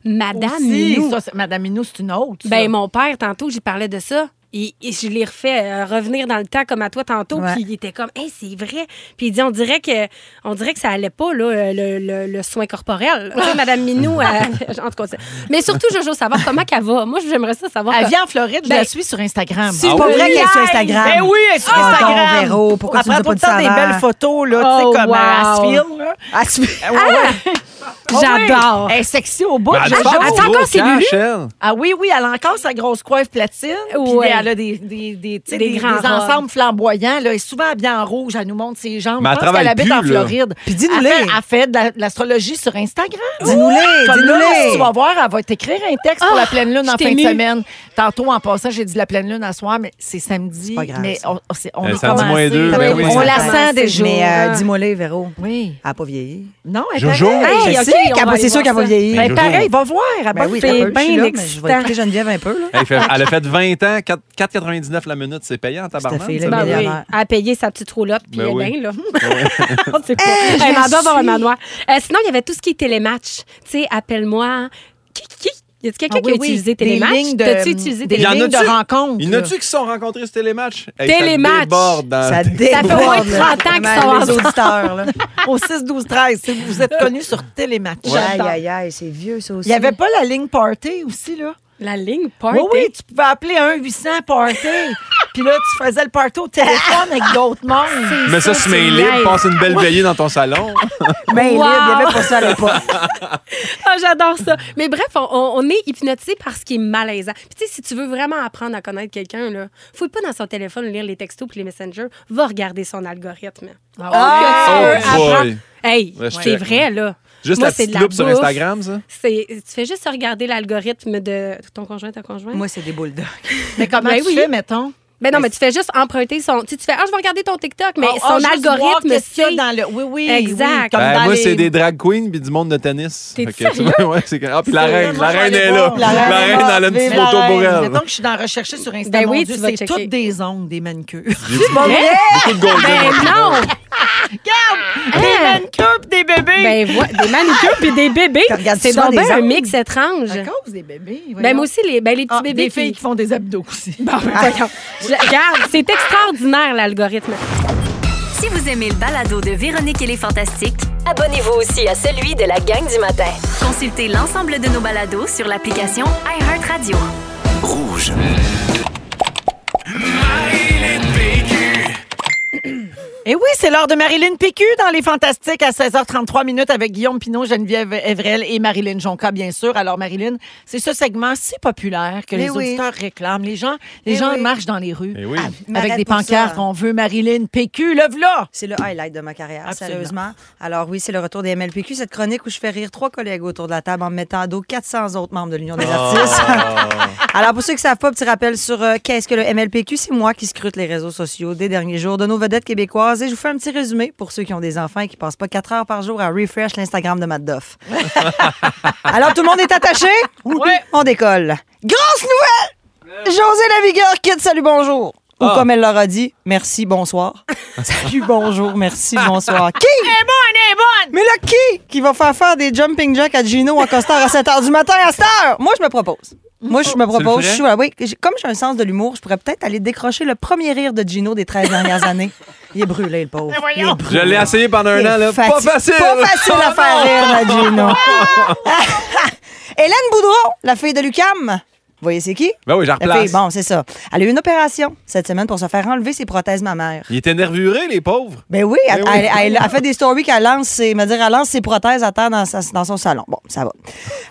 Madame Aussi, Minou. ça, c'est- Madame Minou, c'est une autre. ça. Ben, mon père, tantôt, j'y parlais de ça. Et, et je l'ai refait euh, revenir dans le temps comme à toi tantôt. Ouais. Puis il était comme, hey, c'est vrai. Puis il dit, on dirait que, on dirait que ça allait pas, là, euh, le, le- le soin corporel. tu sais, Madame Minou, elle- en tout cas. c'est- Mais surtout, Jojo, savoir comment qu'elle va. Moi, j'aimerais ça savoir. Elle que- vit en Floride, je Ben, la suis sur Ah Instagram. si- C'est pas Oui. vrai qu'elle est sur Instagram. Ben oui, elle est sur Ah, Instagram. ton Véro, pourquoi elle tu nous prend tout as pas le dit temps ça des avant? belles photos, là, tu Oh, sais, comme euh, à wow. Asfield. là. Ah, tu- Ouais, ouais. Oh, oui. J'adore. Elle est sexy au bout. Ben, elle a Jojo. pas de attends, gros encore, c'est cash, Lulu? elle. Ah oui, oui, elle a encore sa grosse coiffe platine. Puis ben, Ouais. elle a des, des, des, tu sais, Des des- grands des robes. ensembles flamboyants. Là. Elle est souvent habillée en rouge. Elle nous montre ses jambes. Mais elle Je pense travaille qu'elle habite plus, en là. Floride. Puis dis-nous Elle les. fait- Elle fait de la- de l'astrologie sur Instagram. Dis-nous-les, Comme là, dis-nous-les. si tu vas voir, elle va t'écrire un texte pour Ah, la pleine lune en je fin de t'émue. semaine. Tantôt, en passant, j'ai dit la pleine lune à soir, mais c'est samedi. pas grave, mais ça. on, on, c'est- on Euh, est samedi moins commencé. deux, T'as ben pas oui. commencé. On la sent déjà. Mais euh, dis-moi les, Véro. Oui. Elle n'a pas vieilli. Non, elle est Jojo? pareille. Hey, Je ok, sais on qu'elle va va- aller c'est sûr voir qu'elle va ça. vieillir. Ben, Jojo. pareil, va voir. Elle Ben oui, c'est t'as peu, je suis bien là, mais je vais excitant. écouter Geneviève un peu. Là. Elle fait- Elle a fait 20 ans, 4 4,99 la minute, c'est payant, tabarnak. fait, ça. là. Ben oui, millionnaire. à payer sa petite roulotte, puis Ben elle est oui. bien, là. On sait pas. Eh, Elle m'adore avoir un manoir. Euh, sinon, il y avait tout ce qui est télématch. Tu sais, appelle-moi. Qui, qui? Y a-tu quelqu'un Ah oui, qui a oui. utilisé Des télématch? lignes de- T'as-tu utilisé des Il y en télématch? lignes de a-tu? rencontre, Il y en là. a-tu qui se sont rencontrés sur Télématch? Hey, Télématch. Ça déborde dans- Ça Ça fait au moins 30 ans qu'ils sont les ensemble. auditeurs. Là. Ah, Au 6-12-13, si vous êtes connus sur Télématch. Aïe, aïe, aïe, c'est vieux ça aussi. Il n'y avait pas la ligne party aussi, là? La ligne party. Oui, oui, tu pouvais appeler 1-800-PARTY. Puis là, tu faisais le party au téléphone avec d'autres mondes. Mais ça, se met libre, passe une belle veillée dans ton salon. Mais Wow. libre, il y avait pas ça à l'époque. Ah, j'adore ça. Mais bref, on, on- on est hypnotisé par ce qui est malaisant. Puis tu sais, si tu veux vraiment apprendre à connaître quelqu'un, là, fouille pas dans son téléphone lire les textos puis les messengers. Va regarder son algorithme. Ah, Que tu veux Oh, boy. apprendre. Hey, Ouais, je c'est check, vrai, là. Juste ah, Moi, la c'est de petite loupe sur bouffe. Instagram, ça. C'est- Tu fais juste regarder l'algorithme de ton conjoint, ta conjointe. Moi, c'est des bulldogs. Mais comment Ben tu oui. fais, mettons? Ben non, mais tu fais juste emprunter son. Tu sais, tu fais, ah, je vais regarder ton TikTok, mais Ah, ah, son juste voir algorithme, qu'est-ce qu'il y a c'est. dans le. Oui, oui. Exact. oui, comme Ben, dans moi, les- c'est des drag queens puis du monde de tennis. T'es Fait que, tu vois, ouais, c'est que- ah, puis la C'est- reine, moi, la je vais reine aller est là. voir. La reine, elle a une Mais petite la photo pour reine. elle. Mettons que je suis dans rechercher sur Insta. Ben mon oui, Dieu, tu vas c'est checker. toutes des ongles, des manucures. J'ai vu Beaucoup de Ben golden. non! Hein? des manucures pis des bébés. Ben, voi- des manucures puis des bébés. Tu regardes C'est souvent donc des bien un hommes. mix étrange. à cause des bébés. Ben, voyons. moi aussi, les, ben, les petits Ah, bébés. des qui- filles qui font des abdos aussi. Bon, ben, voyons. Je la- regarde, c'est extraordinaire, l'algorithme. Si vous aimez le balado de Véronique et les Fantastiques, Abonnez-vous aussi à celui de la gang du matin. consultez l'ensemble de nos balados sur l'application iHeartRadio. Et oui, c'est l'heure de Marilyn PQ dans les Fantastiques à 16h33 minutes avec Guillaume Pinot, Geneviève Evrel et Marilyn Jonca, bien sûr. Alors, Marilyn, c'est ce segment si populaire que Mais les Eh oui. auditeurs réclament. Les gens, les Mais gens oui. marchent dans les rues Eh oui. avec M'arrête des pour pancartes. ça. On veut Marilyn PQ, le v'là! C'est le highlight de ma carrière, Absolument. sérieusement. Alors oui, c'est le retour des MLPQ, cette chronique où je fais rire trois collègues autour de la table en me mettant à dos 400 autres membres de l'Union des artistes. Alors pour ceux qui ne savent pas, petit rappel sur euh, qu'est-ce que le MLPQ, c'est moi qui scrute les réseaux sociaux des derniers jours de nos vedettes québécoises et je vous fais un petit résumé pour ceux qui ont des enfants et qui passent pas 4 heures par jour à refresh l'Instagram de Matt Doff. Alors tout le monde est attaché? Oui. On décolle. Grosse nouvelle! José Lavigueur quitte Salut Bonjour. Ou Ah. comme elle leur a dit, merci, bonsoir. Salut, bonjour, merci, bonsoir. Qui? Mais là, qui qui va faire faire des jumping jacks à Gino en costard à 7 h du matin à cette heure? Moi, je me propose. Moi, je me Tu le propose. ferais? Je suis, ah oui, j'ai- comme j'ai un sens de l'humour, je pourrais peut-être aller décrocher le premier rire de Gino des 13 dernières années. Il est brûlé, le pauvre. Il est Je brûlé. l'ai essayé pendant Eh un Il an, est là. Pas fati- facile. Ah, Pas facile à faire rire, la Gino. Hélène Boudreau, la fille de Lucam. Vous voyez, c'est qui? Ben oui, j'en La fille, replace. bon, c'est ça. Elle a eu une opération cette semaine pour se faire enlever ses prothèses mammaires. Il était nervuré, les pauvres. Ben oui, elle, Ben oui. elle- elle- elle fait des stories qu'elle lance, ses, me dire, elle lance ses prothèses à terre dans, sa- dans son salon. Bon, ça va.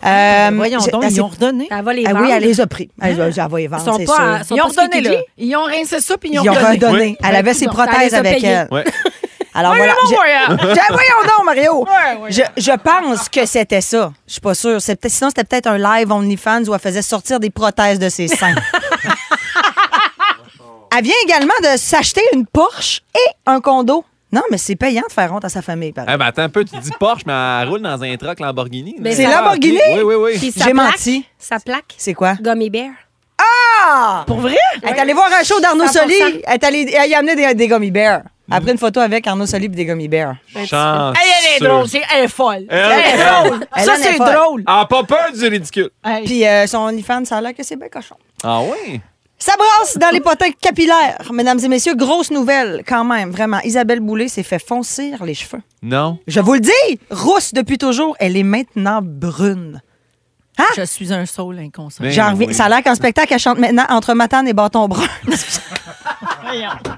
Ah, Euh, ben Voyons je- donc, elle ils s'est- ont redonné. Elle va les Ah vendre. Hein? oui, elle les a pris. Elle, elle va les vendre, Ils sont c'est pas sûr. à- sont Ils ont pas redonné, skikiji? là. Ils ont rincé ça, puis ils Ils ont ont redonné. redonné. Oui. Elle avait ses coudonc, prothèses elle les a avec payées. elle. Ouais. Eh Alors voilà. Je- Je- voyons donc, Mario. Je, je pense que c'était ça. Je suis pas sûre. C'est peut-être- Sinon, c'était peut-être un live OnlyFans où elle faisait sortir des prothèses de ses seins. elle vient également de s'acheter une Porsche et un condo. Non, mais c'est payant de faire honte à sa famille, par Ah, ben attends un peu, tu dis Porsche, mais elle roule dans un truck Lamborghini. là. C'est Ah, ok. Lamborghini? Oui, oui, oui. Puis sa J'ai plaque- menti. Sa plaque, C'est quoi? Gummy Bear. Pour vrai? Elle est allée voir un show d'Arnaud 100%. Soli. Elle est allée elle y a amené des, des gummy bears. Elle a pris une photo avec Arnaud Soli et des gummy bears. Chance. Hey, elle est drôle, c'est- elle est folle. Elle Elle est est folle. drôle. Elle Ça, en est c'est folle. drôle. Ah, pas peur du ridicule. Hey. Puis euh, son OnlyFans, ça a l'air que c'est bien cochon. Ah oui? Ça brasse dans les potins capillaires, mesdames et messieurs. Grosse nouvelle, quand même, vraiment. Isabelle Boulay s'est fait foncir les cheveux. Non. Je vous le dis, rousse depuis toujours, elle est maintenant brune. Je suis un saul inconscient. Ben J'en reviens- oui. Ça a l'air qu'en spectacle, elle chante maintenant entre Matane et Bâton Brun.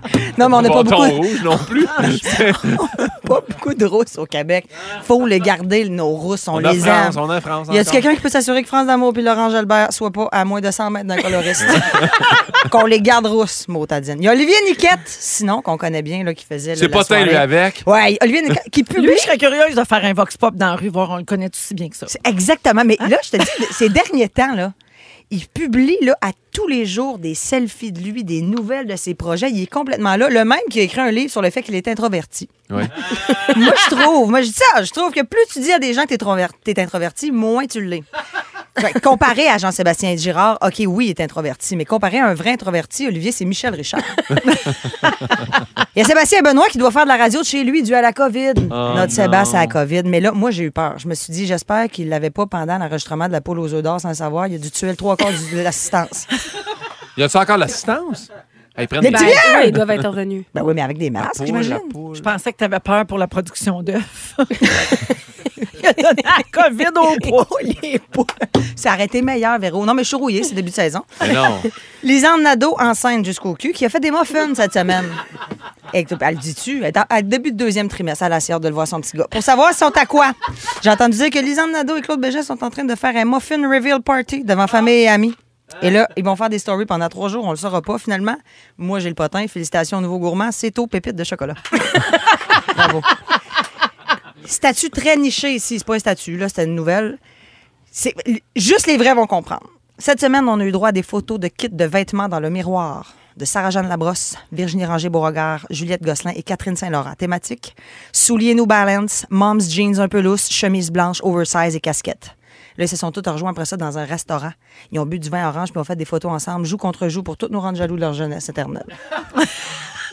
non, mais on n'a Bâton pas beaucoup. rouge non plus. pas beaucoup de rousses au Québec. Faut les garder, nos rousses, on, on a les France, aime. on a France. Y a-t-il encore. quelqu'un qui peut s'assurer que France D'Amour puis Laurent Jalbert soient pas à moins de 100 mètres d'un coloriste? qu'on les garde rousses, Motadine. Il y a Olivier Niquette, sinon, qu'on connaît bien, là, qui faisait. là, C'est la pas teint, lui, soirée. avec. Ouais, Olivier Niquette, qui Lui, publie. je serais curieuse de faire un vox pop dans la rue, voir on le connaît tout si bien que ça. C'est- Exactement. Mais là, je te dis, ces derniers temps, là, il publie là, à tous les jours des selfies de lui, des nouvelles de ses projets. Il est complètement là. Le même qui a écrit un livre sur le fait qu'il est introverti. Ouais. moi, je trouve, moi, je dis ça, je trouve que plus tu dis à des gens que t'es trover- t'es introverti, moins tu l'es. Fait que Comparé à Jean-Sébastien Girard, OK, oui, il est introverti, mais comparé à un vrai introverti, Olivier, c'est Michel Richard. il y a Sébastien Benoît qui doit faire de la radio de chez lui dû à la COVID. Oh Notre Sébastien à la COVID. Mais là, moi, j'ai eu peur. Je me suis dit, j'espère qu'il l'avait pas pendant l'enregistrement de la poule aux œufs d'or sans le savoir. Il a dû tuer le trois quarts du- de l'assistance. Y a-tu encore l'assistance? Hey, prennent Les des- Ben, Tu viens? oui, ils doivent être revenus. Ben oui, mais avec des La masques, poule, j'imagine. la poule. Je pensais que tu avais peur pour la production d'œufs. Il a donné la COVID au poids. Oh, les poules. Ça aurait été meilleur, Véro. Non, mais je suis rouillée, c'est début de saison. Mais non. Lisanne Nadeau, enceinte jusqu'au cul, qui a fait des muffins cette semaine. Et elle le dit-tu? Elle est en- à début de deuxième trimestre, elle a la hâte de le voir, son petit gars. Pour savoir, ils sont à quoi? J'ai entendu dire que Lisanne Nadeau et Claude Béget sont en train de faire un muffin reveal party devant famille et amis. Et là, ils vont faire des stories pendant trois jours, on le saura pas finalement. Moi, j'ai le potin. Félicitations au nouveau gourmand. C'est aux pépites de chocolat. Bravo. Statut très niché ici. C'est pas un statut, là, c'était une nouvelle. C'est- Juste les vrais vont comprendre. Cette semaine, on a eu droit à des photos de kits de vêtements dans le miroir. de Sarah-Jeanne Labrosse, Virginie Ranger-Beauregard, Juliette Gosselin et Catherine Saint-Laurent. Thématique souliers New Balance, mom's jeans un peu lousses, chemise blanche, oversize et casquette. Là, ils se sont tous rejoints après ça dans un restaurant. Ils ont bu du vin orange puis ont fait des photos ensemble, joue contre joue, pour toutes nous rendre jaloux de leur jeunesse éternelle.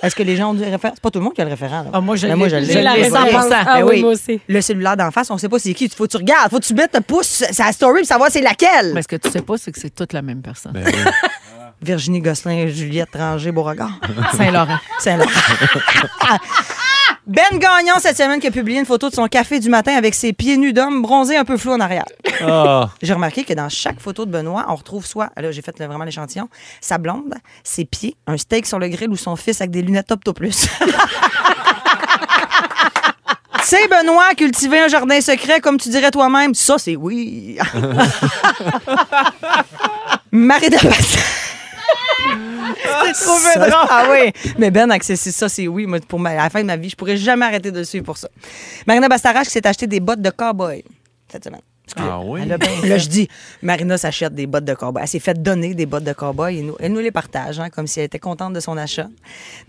Est-ce que les gens ont du référent? C'est pas tout le monde qui a le référent. là. Ah, moi, je Mais l'ai- je je l'ai. l'ai Je l'ai. 100%. Ben Ah oui, moi aussi. Le cellulaire d'en face, on sait pas c'est qui. Faut que tu regardes, faut que tu mettes le pouce sur la story pour savoir c'est laquelle. Mais ce que tu sais pas, c'est que c'est toute la même personne. Ben oui. Virginie Gosselin, Juliette Ranger, Beauregard. Ah, Saint-Laurent. C'est là. Ben Gagnon, cette semaine, qui a publié une photo de son café du matin avec ses pieds nus d'homme bronzés un peu flou en arrière. Ah. J'ai remarqué que dans chaque photo de Benoît, on retrouve soit, là j'ai fait le- vraiment l'échantillon, sa blonde, ses pieds, un steak sur le grill ou son fils avec des lunettes Optoplus. C'est Benoît cultiver un jardin secret comme tu dirais toi-même. Ça, c'est oui. Marie de C'est trop drôle. Ah oui. Mais Ben, avec ce- c'est ça, c'est oui. Moi, pour ma- à la fin de ma vie, je pourrais jamais arrêter de le suivre pour ça. Marina Bastarache qui s'est acheté des bottes de cow-boy cette semaine. Ah oui. Elle a bien Là, je dis, Marina s'achète des bottes de cowboy. Elle s'est faite donner des bottes de cowboy et nous, elle nous les partage, hein, comme si elle était contente de son achat.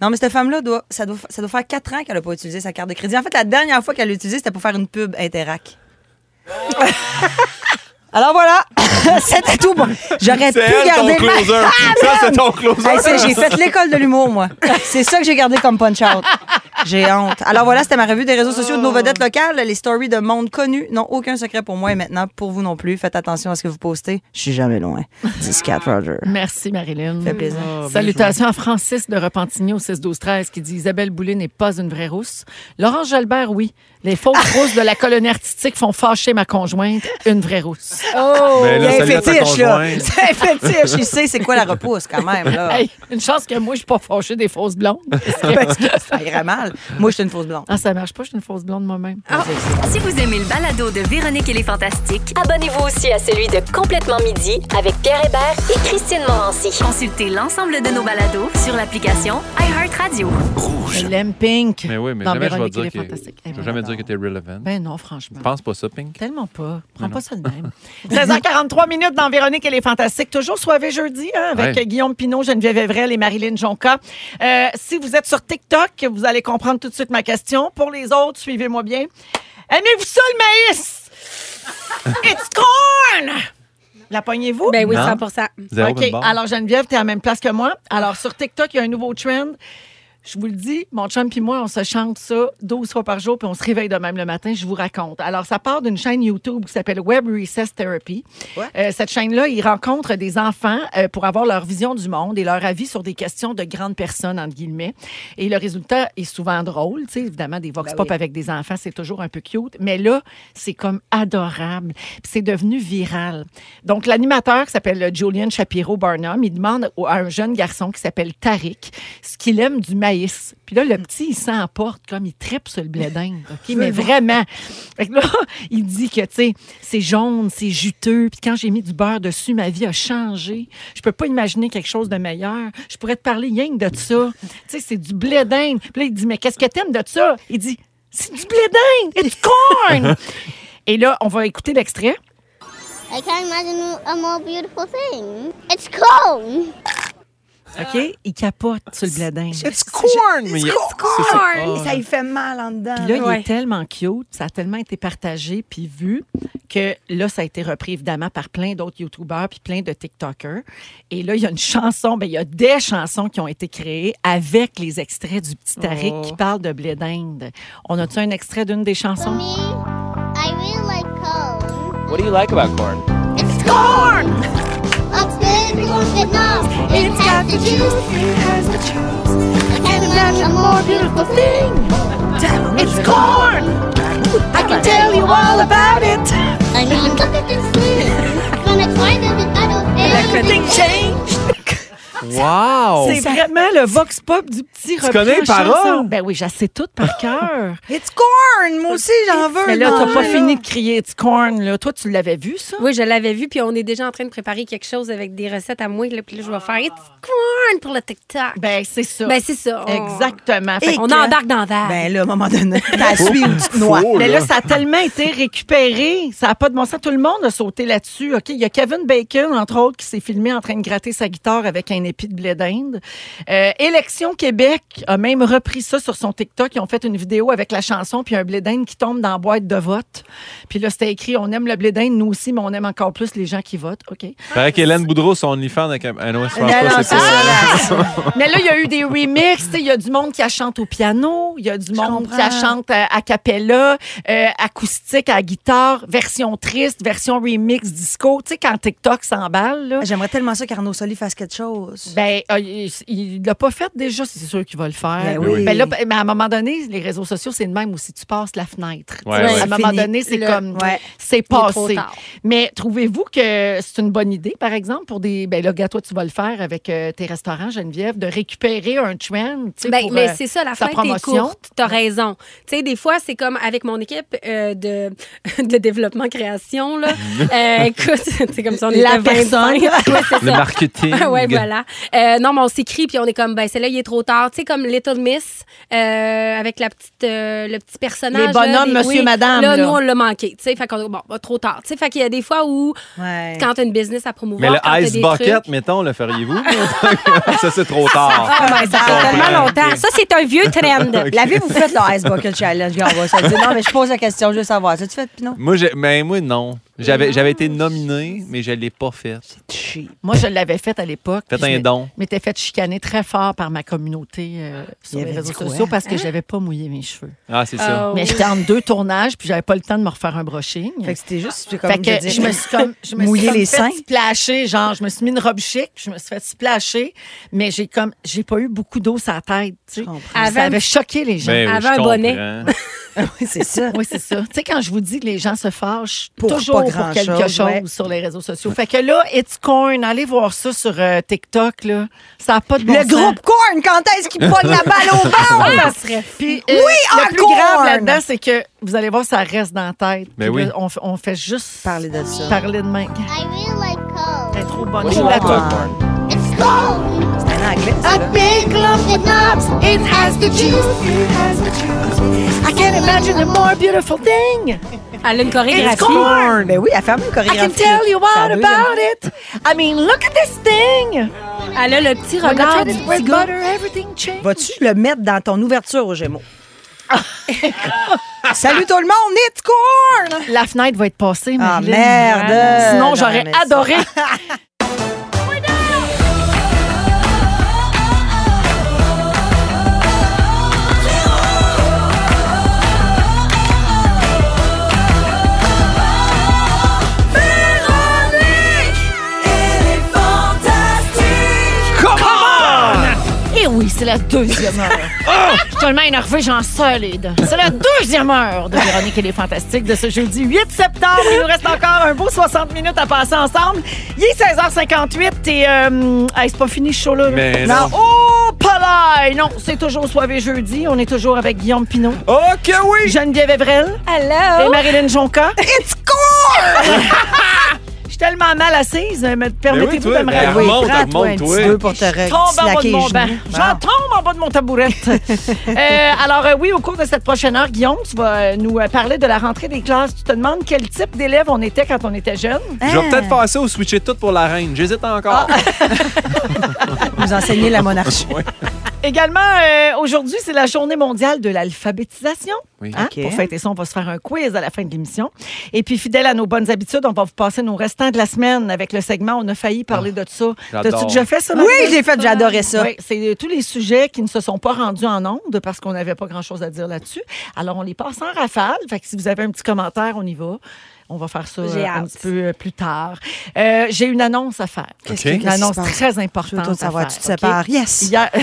Non, mais cette femme-là, doit, ça, doit, ça doit faire quatre ans qu'elle n'a pas utilisé sa carte de crédit. En fait, la dernière fois qu'elle l'a utilisée, c'était pour faire une pub Interac. Alors voilà, c'était tout. Bon, J'aurais C'est pu elle ton garder ma- closer. Ça, c'est ton closer. Hey, Ah, c'est- j'ai fait l'école de l'humour, moi. C'est ça que j'ai gardé comme punch-out. J'ai honte. Alors voilà, c'était ma revue des réseaux sociaux de nos vedettes locales. Les stories de monde connu n'ont aucun secret pour moi et maintenant pour vous non plus. Faites attention à ce que vous postez. Je suis jamais loin. C'est Scat Roger. Merci, Marilyn. Fait plaisir. Salutations à Francis de Repentigny au 6-12-13 qui dit Isabelle Boulay n'est pas une vraie rousse. Laurence Jalbert, oui. Les fausses rousses de la colonie artistique font fâcher ma conjointe, une vraie rousse. Oh, Ben là, il y a un salut à ta fétiche, là. conjointe. C'est un fétiche. Il sait c'est quoi la repousse, quand même, là. Hey, une chance que moi, je suis pas fâchée des fausses blondes. Parce que- Parce que ça irait mal. Moi, je suis une fausse blonde. Ah, ça marche pas, je suis une fausse blonde moi-même. Ah, Si vous aimez le balado de Véronique et les Fantastiques, Abonnez-vous aussi à celui de Complètement Midi avec Pierre Hébert et Christine Morancy. consultez l'ensemble de nos balados sur l'application iHeartRadio. Elle aime Pink. Mais oui, mais dans jamais je vais Véronique, dire il est que fantastique. Eh, je vais jamais dire que t'es relevant. Ben non, franchement. Pense pas ça, Pink. Tellement pas. Prends pas ça de même. 16h43 minutes dans Véronique et les Fantastiques. Toujours soirée jeudi hein, avec Ouais. Guillaume Pinot, Geneviève Evrel et Marilyn Jonca. Euh, si vous êtes sur TikTok, vous allez comprendre tout de suite ma question. Pour les autres, suivez-moi bien. Aimez-vous ça le maïs? It's corn! La pognez-vous? Ben oui, Non. 100 Zéro OK. bonne barre. Alors, Geneviève, tu es à la même place que moi. Alors, sur TikTok, il y a un nouveau trend. Je vous le dis, mon chum puis moi, on se chante ça 12 fois par jour, puis on se réveille de même le matin, je vous raconte. Alors, ça part d'une chaîne YouTube qui s'appelle Web Recess Therapy. Euh, cette chaîne-là, ils rencontrent des enfants euh, pour avoir leur vision du monde et leur avis sur des questions de grandes personnes, entre guillemets. Et le résultat est souvent drôle. Tu sais, évidemment, des vox pop avec des enfants, c'est toujours un peu cute. Mais là, c'est comme adorable. Puis c'est devenu viral. Donc, l'animateur qui s'appelle Julian Shapiro Barnum, il demande au- à un jeune garçon qui s'appelle Tariq ce qu'il aime du maïs. Puis là, le petit, il s'emporte comme il tripe sur le blé d'Inde. OK? Mais vraiment. Fait que là, il dit que, tu sais, c'est jaune, c'est juteux. Puis quand j'ai mis du beurre dessus, ma vie a changé. Je peux pas imaginer quelque chose de meilleur. Je pourrais te parler rien que de ça. Tu sais, c'est du blé d'Inde. Puis là, il dit, mais qu'est-ce que t'aimes de ça? Il dit, c'est du blé d'Inde! It's corn! Et là, on va écouter l'extrait. I can't imagine a more beautiful thing. It's corn. OK? Il capote sur le blé d'Inde. It's corn! Mais il y a- Et ça, il fait mal en dedans. Puis là, il Ouais. est tellement cute, ça a tellement été partagé puis vu que là, ça a été repris évidemment par plein d'autres YouTubers puis plein de TikTokers. Et là, il y a une chanson, ben il y a des chansons qui ont été créées avec les extraits du petit Tariq qui parle de blé d'Inde. On a-tu un extrait d'une des For chansons? me, I really like corn. What do you like about corn? It's corn! It's good, corn, good enough. It's got the juice. It has the juice. I can't imagine a more beautiful thing. It's corn! I can tell you all about it. I mean, look at this thing. When I find it, I don't everything Oh, Wow! C'est vraiment le vox pop du petit Tu connais les paroles? Ben oui, j'assais toutes par cœur. It's corn! Moi aussi, j'en veux. Mais là, t'as non, pas fini de crier It's corn, là. Toi, tu l'avais vu, ça? Oui, je l'avais vu, puis on est déjà en train de préparer quelque chose avec des recettes à moi. Là, puis là, je vais faire It's corn pour le TikTok. Ben, Ben, c'est ça. c'est ça. Ben, on- Exactement. Fait Et On que- embarque dans le Ah. verre. Ben là, à un moment donné, t'as suivi ou tu te noies. Faux, Mais là, ça a tellement été récupéré. Ça n'a pas de bon sens. Tout le monde a sauté là-dessus. OK? Il y a Kevin Bacon, entre autres, qui s'est filmé en train de gratter sa guitare avec un épi de de blé d'Inde. Euh, Élection Québec a même repris ça sur son TikTok. Ils ont fait une vidéo avec la chanson puis un blé d'Inde qui tombe dans la boîte de vote. Puis là, c'était écrit On aime le blé d'Inde, nous aussi, mais on aime encore plus les gens qui votent. OK. Paraît qu'Hélène Boudreau, son OnlyFans, avec un- ah non, je pense Mais pas, non, c'est pas- c'est ça. Mais là, il y a eu des remixes. tu sais, Il y a du monde qui la chante au piano. Il y a du monde qui la chante à, à cappella, euh, acoustique, à guitare, version triste, version remix, disco. Tu sais, quand TikTok s'emballe, là. J'aimerais tellement ça qu'Arnaud Soli fasse quelque chose. Ben, euh, il ne l'a pas fait déjà, c'est sûr qu'il va le faire. Ben oui. Ben là, ben, mais à un moment donné, les réseaux sociaux, c'est le même aussi. Tu passes la fenêtre. Ouais, Tu sais, ouais. À un moment Fini. donné, c'est Le- comme. Ouais. C'est Il est trop passé. tard. Mais trouvez-vous que c'est une bonne idée, par exemple, pour des. Ben là, gars, toi, tu vas le faire avec euh, tes restaurants, Geneviève, de récupérer un trend. tu sais, Ben, pour, mais euh, c'est ça, la sa fin est promotion. courte. T'as raison. Tu sais, des fois, c'est comme avec mon équipe euh, de, de développement création. Là. Euh, écoute, c'est comme ça, on est La personne. Le marketing. ouais, voilà. Euh, non, mais on s'écrit puis on est comme, ben celle-là, il est trop tard. Tu sais, comme Little Miss euh, avec la petite, euh, le petit personnage. Les bonhommes, là, des- monsieur, madame, Là, là. nous, on l'a manqué. Tu sais, fait qu'on, bon, bah, trop tard. Tu sais, fait qu'il y a des fois où, Ben, Ouais. quand t'as une business à promouvoir, Mais le quand t'as ice des bucket, trucs- mettons, le feriez-vous? ça, c'est trop tard. Ah, ben, ça Je fait tellement comprends. longtemps. Ça, c'est un vieux trend. La vie, vous faites le Ice Bucket Challenge, gars, on va se le dire. Non, mais je pose la question, je veux savoir. Ça, tu fais, Pinon? Moi, j'ai- ben, moi, non. J'avais j'avais Ah. été nominé, mais je ne l'ai pas fait. Moi, je l'avais fait à l'époque. Faites puis je un m'é- don. m'étais fait chicaner très fort par ma communauté euh, sur Il les avait réseaux dit quoi? sociaux parce que j'avais pas mouillé mes cheveux. Ah, c'est ça. Hein? Oh. Mais j'étais en deux tournages, puis j'avais pas le temps de me refaire un brushing. Fait que c'était juste, c'est comme Fait que je me suis comme je me Mouiller suis comme les fait seins. splasher, genre je me suis mis une robe chic, puis je me suis fait splasher, mais j'ai comme j'ai pas eu beaucoup d'eau sur la tête, tu sais. comprends. Ça Avant- avait choqué les gens. Ben oui, Avant je un bonnet. comprends. Oui, c'est ça. Oui, c'est ça. tu sais, quand je vous dis que les gens se fâchent Pour toujours pas pour quelque grand-chose, chose ouais. sur les réseaux sociaux. Fait que là, It's Corn, allez voir ça sur euh, TikTok, là. Ça n'a pas de bon Le sens. Ah, groupe Corn, quand est-ce qu'il pogne la balle au ventre? Puis, Oui, euh, le plus encore! grave là-dedans, c'est que vous allez voir, ça reste dans la tête. Ben Puis oui. là, on, f- on fait juste Parler de ça. parler de main. I really like C'est cold. trop bonne. What's your La- laptop? It's cold. C'est en anglais, A ça, là. big lump with knobs. It has the juice. It has the juice. I can't imagine a more Beautiful thing! Elle a une chorégraphie. Ben oui, elle fait même une I can chorégraphie. hein? tell you C'est la all deuxième. about it. I mean, look at this thing. Elle a le petit When I regard tried du it with petit gars. butter, everything changed. Vas-tu le mettre dans ton ouverture au Gémeaux? Salut tout le monde, it's corn! La fenêtre va être passée, Ah Marilyn. merde! Sinon, j'aurais mais ça- adoré. Et Eh oui, c'est la deuxième heure. Je suis tellement énervée, j'en solide. C'est la deuxième heure de Véronique et les Fantastiques de ce jeudi 8 septembre. Il nous reste encore un beau 60 minutes à passer ensemble. Il est 16h58 et... euh, hey, c'est pas fini ce show-là. là. Mais Non. non. Oh, palais! Non, c'est toujours soirée jeudi. On est toujours avec Guillaume Pinot, Oh, que oui! Geneviève Evrel et Hello! Marilyn Jonca. It's corn! Je suis tellement mal assise. euh, me- Permettez-vous toi, de me ben, relever. oui. Remonte, Ah prends-toi un remonte, petit oui. peu pour te re- tombe en bas slacker de mon les banc. genoux. J'en tombe en bas de mon tabourette. Euh, alors, euh, oui, au cours de cette prochaine heure, Guillaume, tu vas euh, nous euh, parler de la rentrée des classes. Tu te demandes quel type d'élève on était quand on était jeune. Je vais peut-être faire ça ou switcher tout pour la reine. J'hésite encore. Ah. Vous enseigner la monarchie. Également, euh, aujourd'hui, c'est la journée mondiale de l'alphabétisation. Oui. Hein? OK. Pour fêter ça, on va se faire un quiz à la fin de l'émission. Et puis, fidèle à nos bonnes habitudes, on va vous passer nos restants de la semaine avec le segment On a failli parler de ça. j'adore. T'as-tu déjà fait ça? Oui, j'ai fait, j'adorais ça. Oui, c'est euh, tous les sujets qui ne se sont pas rendus en ondes parce qu'on n'avait pas grand-chose à dire là-dessus. Alors, on les passe en rafale. Fait que si vous avez un petit commentaire, on y va. On va faire ça J'ai euh, un hâte. petit peu euh, plus tard. Euh, j'ai une annonce à faire. OK. Une annonce Qu'est-ce qui se très Je veux importante. tout à savoir, faire, tu te OK? sépares. Yes! Hier...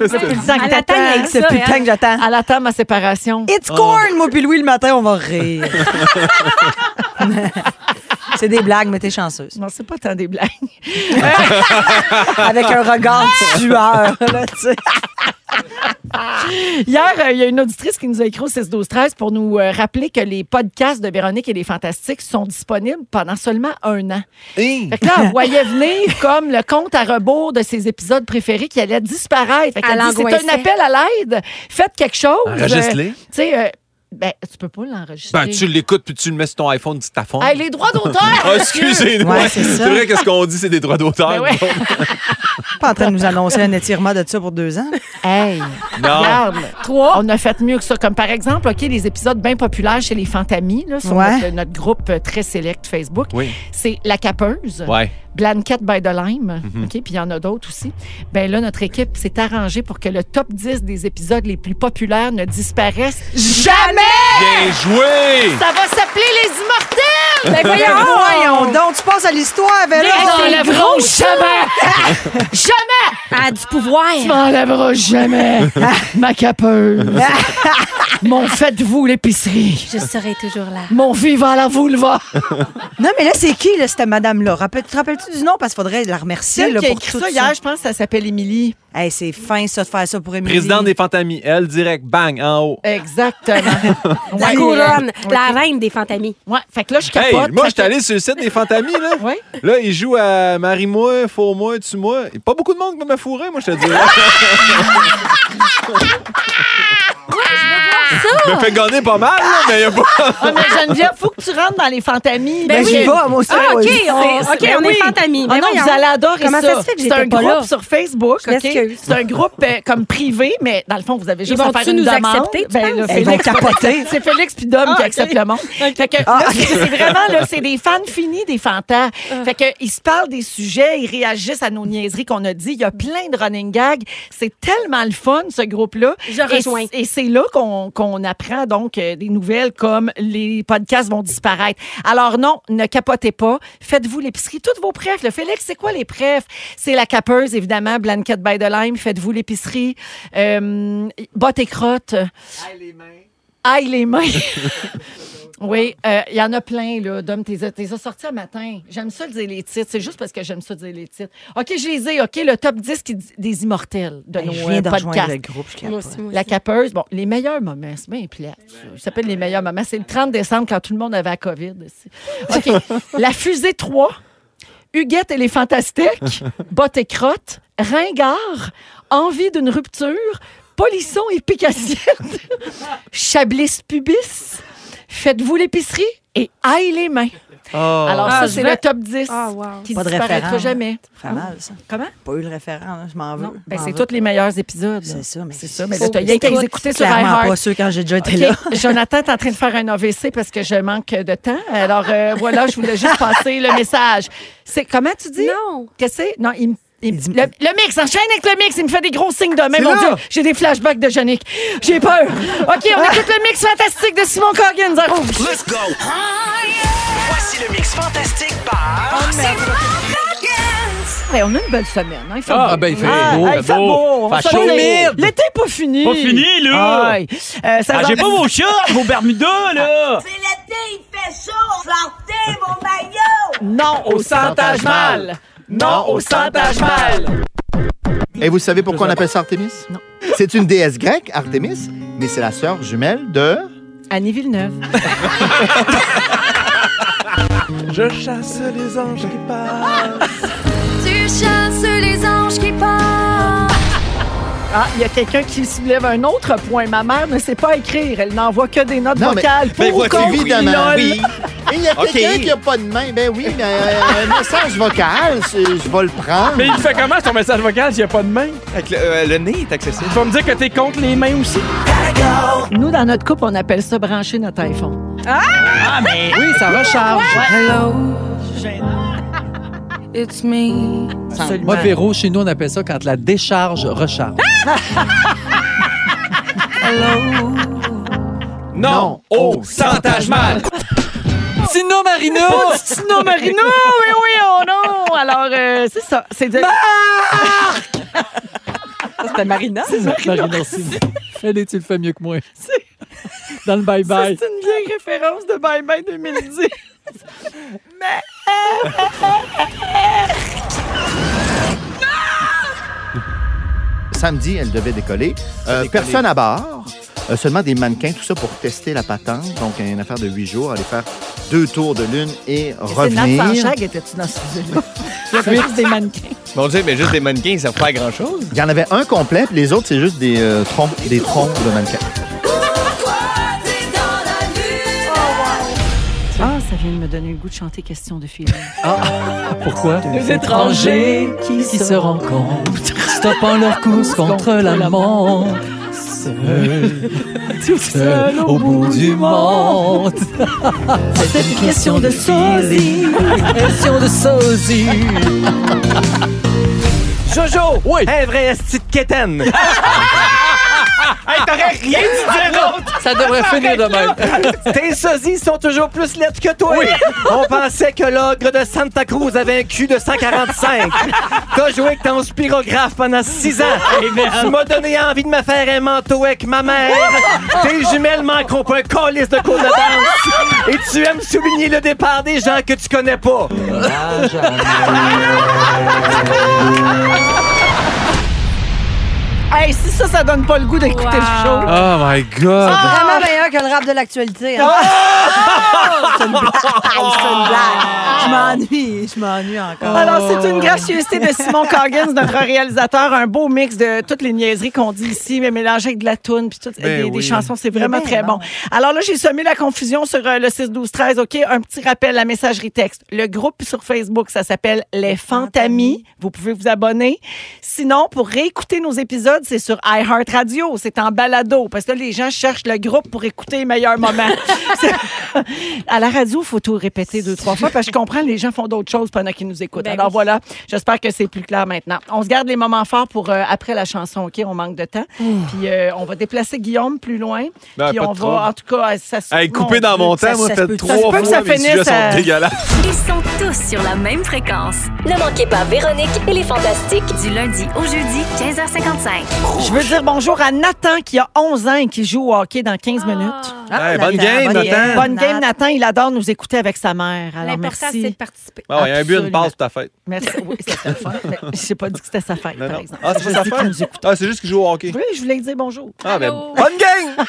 C'est tout le temps que Elle attend t'attends. avec C'est ça, hein. plus le elle. temps que j'attends. Elle attend ma séparation. It's corn, moi puis Louis, le matin, on va rire. C'est des blagues, mais t'es chanceuse. Non, c'est pas tant des blagues. Avec un regard de tueur, là, tu sais. Hier, euh, il y a une auditrice qui nous a écrit au 6 12 13 pour nous euh, rappeler que les podcasts de Véronique et les Fantastiques sont disponibles pendant seulement un an. Hey! Fait que là, elle voyait venir comme le compte à rebours de ses épisodes préférés qui allait disparaître. Fait qu'elle Elle dit, c'est angoissait. un appel à l'aide. Faites quelque chose. Enregistre-les. Euh, tu sais, euh, ben, tu peux pas l'enregistrer. Ben, tu l'écoutes puis tu le mets sur ton iPhone du ta Hey, les droits d'auteur! Ah, excusez-moi. Ouais, c'est c'est ça. vrai que ce qu'on dit, c'est des droits d'auteur. Ben ouais. Pas en train de nous annoncer un étirement de ça pour deux ans. Hey, Non. regarde. Trois. On a fait mieux que ça. Comme par exemple, OK, les épisodes bien populaires chez les Fantamis, là, sur Ouais. notre, notre groupe euh, très select Facebook, Oui. c'est La Capeuse, Ouais. Blanket by the Lime, Mhm. OK, puis il y en a d'autres aussi. Ben là, notre équipe s'est arrangée pour que le top 10 des épisodes les plus populaires ne disparaisse jamais! Bien joué! Ça va s'appeler Les Immortels! Ben voyons, voyons donc, tu passes à l'histoire, Véro. Hey, dans c'est le gros jamais! jamais! À Ah, du pouvoir. Tu m'enlèveras jamais ma capeuse. Mon faites-vous l'épicerie. Je serai toujours là. Mon vivant à la vulva. Non, mais là, c'est qui, là, cette madame-là? Rappelle- Te rappelles-tu du nom? Parce qu'il faudrait la remercier là, pour tout ça. je pense que ça s'appelle Émilie. Hey, c'est fin, ça, de faire ça pour Émilie. Président des Fantamis, elle direct, bang, en haut. Exactement. La Ouais. couronne, la reine des fantamies. Ouais, fait que là, je Hey, capote. Fait moi, je suis que- allé sur le site des Fantamis, là. Ouais. Là, ils jouent à Marie-moi, Faux-moi, Tue-moi. Et Pas beaucoup de monde peut me fourrer, moi, je te dis. Je me fais gagner pas mal, là, mais y a pas. Ah, mais Geneviève, faut que tu rentres dans les fantamies. Ben, Ok. j'y vais, moi aussi. Ah, OK, oui. on, C'est- ok, ben on oui. est fantamies. Ah Ben non, voyons. vous allez adorer Comment ça. ça se fait que C'est un j'étais pas groupe là? sur Facebook. Je ok? m'excuse. C'est un groupe euh, comme privé, mais dans le fond, vous avez juste à vont-tu faire une nous demande. Ben accepter, tu penses? là, Ils Félix, vont capoter. C'est Félix puis Ah, Dom qui acceptent le monde. Fait que, là, c'est c'est vraiment là, c'est des fans finis des fantas. Ah. Fait que ils se parlent des sujets, ils réagissent à nos niaiseries qu'on a dit. Il y a plein de running gags. C'est tellement le fun ce groupe-là. Je Et rejoins. c- Et c'est là qu'on qu'on apprend donc euh, des nouvelles comme les podcasts vont disparaître. Alors non, ne capotez pas. Faites-vous l'épicerie. Toutes vos prefs. Le Félix, c'est quoi les prefs? C'est la capeuse, évidemment. Blanket by the lime. Faites-vous l'épicerie. Euh, bottes et crottes. Aïe les mains. Oui, euh, il y en a plein, là. Dom, t'es t'es as sorti un matin. J'aime ça dire les titres. C'est juste parce que j'aime ça dire les titres. OK, je les ai. OK, le top 10 qui- des immortels de Hey, nos Ben, Je euh, viens de rejoindre podcasts. le groupe, je Moi capote. aussi, moi La aussi. capeuse, bon, les meilleurs moments, c'est bien plate. ça. Ça s'appelle les meilleurs moments. C'est le 30 décembre quand tout le monde avait la COVID. aussi. OK. la fusée 3, Huguette et les fantastiques, bottes et crottes, ringard, envie d'une rupture, polisson et picassiette, chablis pubis, faites-vous l'épicerie et aille les mains. Oh. Alors, Ah, ça, je c'est vais- le top 10 Ah, wow. qui Pas de disparaîtra référent. jamais. Fait mal, ça. Comment? Pas eu le référent, là, je m'en veux. Non. Ben, Je m'en c'est veux. tous les meilleurs épisodes. C'est ça, mais C'est ça, mais là, Faut- t'as rien qu'à les écoute, écouter sur Clairement iHeart. pas sûr quand j'ai déjà été OK. là. Jonathan, t'es en train de faire un AVC parce que je manque de temps. Alors euh, voilà, je voulais juste passer le message. C'est comment tu dis Non. Qu'est-ce que c'est Non, il me- il me- Il dit- le, le mix, enchaîne avec le mix, il me fait des gros signes de main. C'est Mon là. Dieu, j'ai des flashbacks de Yannick. J'ai peur. OK, Ah. on écoute le mix fantastique de Simon Coggins Oh, à Rouge. Let's go! Voici le mix fantastique par... Ouais, on a une belle semaine. hein, il fait Ah, beau. ben, il fait Ah, beau, hey, fait il fait beau. beau. on Fait se chaud. lève. Humide. L'été est pas fini. Pas fini, là. Aïe. Euh, ça Ah, va- j'ai pas vos chats, vos Bermudas, là! Ah, C'est l'été, il fait chaud! Sortez mon maillot! Non au santage mal. Non au santage mal. Et vous savez pourquoi on appelle ça Artemis? Non. C'est une déesse grecque, Artemis, mais c'est la sœur jumelle de... Annie Villeneuve. Je chasse les anges qui passent. Tu chasses les anges qui passent. Ah, il y a quelqu'un qui soulève un autre point. Ma mère ne sait pas écrire. Elle n'envoie que des notes Non, mais- vocales Ben, pour voici, qu'on évidemment. lol. Oui. Et il y a OK. quelqu'un qui n'a pas de main. Ben oui, mais euh, un message vocal, c'est- je vais le prendre. Mais il fait comment ton message vocal s'il n'y a pas de main? Avec le, euh, le nez est accessible. Tu vas me dire que t'es contre les mains aussi? Nous, dans notre couple, on appelle ça brancher notre iPhone. Ah, mais. ben Oui, ça recharge. Moi, Véro, chez nous, on appelle ça quand la décharge recharge. Non, au santage mal. Tino Marino! Sinon, Marino, oui, oui, oh non. Alors, euh, c'est ça. C'est de... C'était Marina. Marino Tino. Allez, tu le fais mieux que moi. Dans le Ça, bye-bye. C'est une vieille référence de Bye Bye 2010. Samedi, elle devait décoller. Euh, personne à bord. Euh, seulement des mannequins, tout ça pour tester la patente. Donc, une affaire de huit jours, aller faire deux tours de lune et Nat revenir. Sanchag était-tu dans ce sujet-là? Il y avait juste des mannequins. Mon Dieu, mais juste des mannequins, ils servent pas à grand-chose. Il y en avait un complet, puis les autres, c'est juste des euh, troncs, des troncs de mannequins. Ah, ça vient de me donner le goût de chanter Question de film. Pourquoi Deux étrangers qui qui se se rencontrent, stoppant leur course contre la montre. Seul, tout seul au bout du monde. C'est une question de sosie. Question de sosie. Jojo! Oui! Un vrai esti de quétaine! hey, t'aurais rien dit d'autre! Ça devrait finir de même. Tes sosies sont toujours plus lettres que toi! On pensait que l'ogre de Santa Cruz avait un cul de 145. T'as joué avec ton spirographe pendant 6 ans. tu m'as donné envie de me faire un manteau avec ma mère. Tes jumelles manqueront pas un colis de cours de danse. Et tu aimes souligner le départ des gens que tu connais pas. Hey, si ça, ça donne pas le goût d'écouter le show. Oh my God! Ah! Vraiment meilleur que le rap de l'actualité. hein. Ah! C'est une blague, c'est une blague. Je m'ennuie, je m'ennuie encore. Alors, Ah c'est une gracieuseté de Simon Coggins, notre réalisateur. Un beau mix de toutes les niaiseries qu'on dit ici, mais mélangé avec de la toune, puis toutes Ben des, des oui. chansons. C'est vraiment Ben très bon. non. Alors là, j'ai semé la confusion sur euh, le 6-12-13. OK, un petit rappel, la messagerie texte. Le groupe sur Facebook, ça s'appelle Les Fantamis. Vous pouvez vous abonner. Sinon, pour réécouter nos épisodes, c'est sur iHeartRadio. C'est en balado, parce que là, les gens cherchent le groupe pour écouter les meilleurs moments. C'est- à la radio, il faut tout répéter deux, trois fois, parce que je comprends, les gens font d'autres choses pendant qu'ils nous écoutent. Ben Alors oui. voilà, j'espère que c'est plus clair maintenant. On se garde les moments forts pour euh, après la chanson, OK? On manque de temps. Puis euh, on va déplacer Guillaume plus loin. Ben, puis pas de on trouble. va, en tout cas, euh, ça se- Hey, coupé mon dans mon Dieu, temps, moi, ça se fait peut- trois ça se fois peut que ça mes finisse sujets à- sont dégueulasses. Ils sont tous sur la même fréquence. Ne manquez pas Véronique et les Fantastiques. Du lundi au jeudi, 15h55. Je veux dire bonjour à Nathan qui a 11 ans et qui joue au hockey dans 15 minutes. euh, Ah, Hey, bonne Nathan, game, bonne Nathan. game. Bonne game, Nat. Nathan. Il adore nous écouter avec sa mère. Alors, L'important, c'est de merci. participer. Ah ouais, un but, une Absolument. passe pour ta fête. Merci. Oui, c'était le fun. Mais Je n'ai pas dit que c'était sa fête, Non, par non. exemple. Ah, c'est Je pas sa dis qu'il nous fête? Ah, c'est juste qu'il joue au hockey. Oui, je voulais dire bonjour. Ah, ben, Allô? bonne game!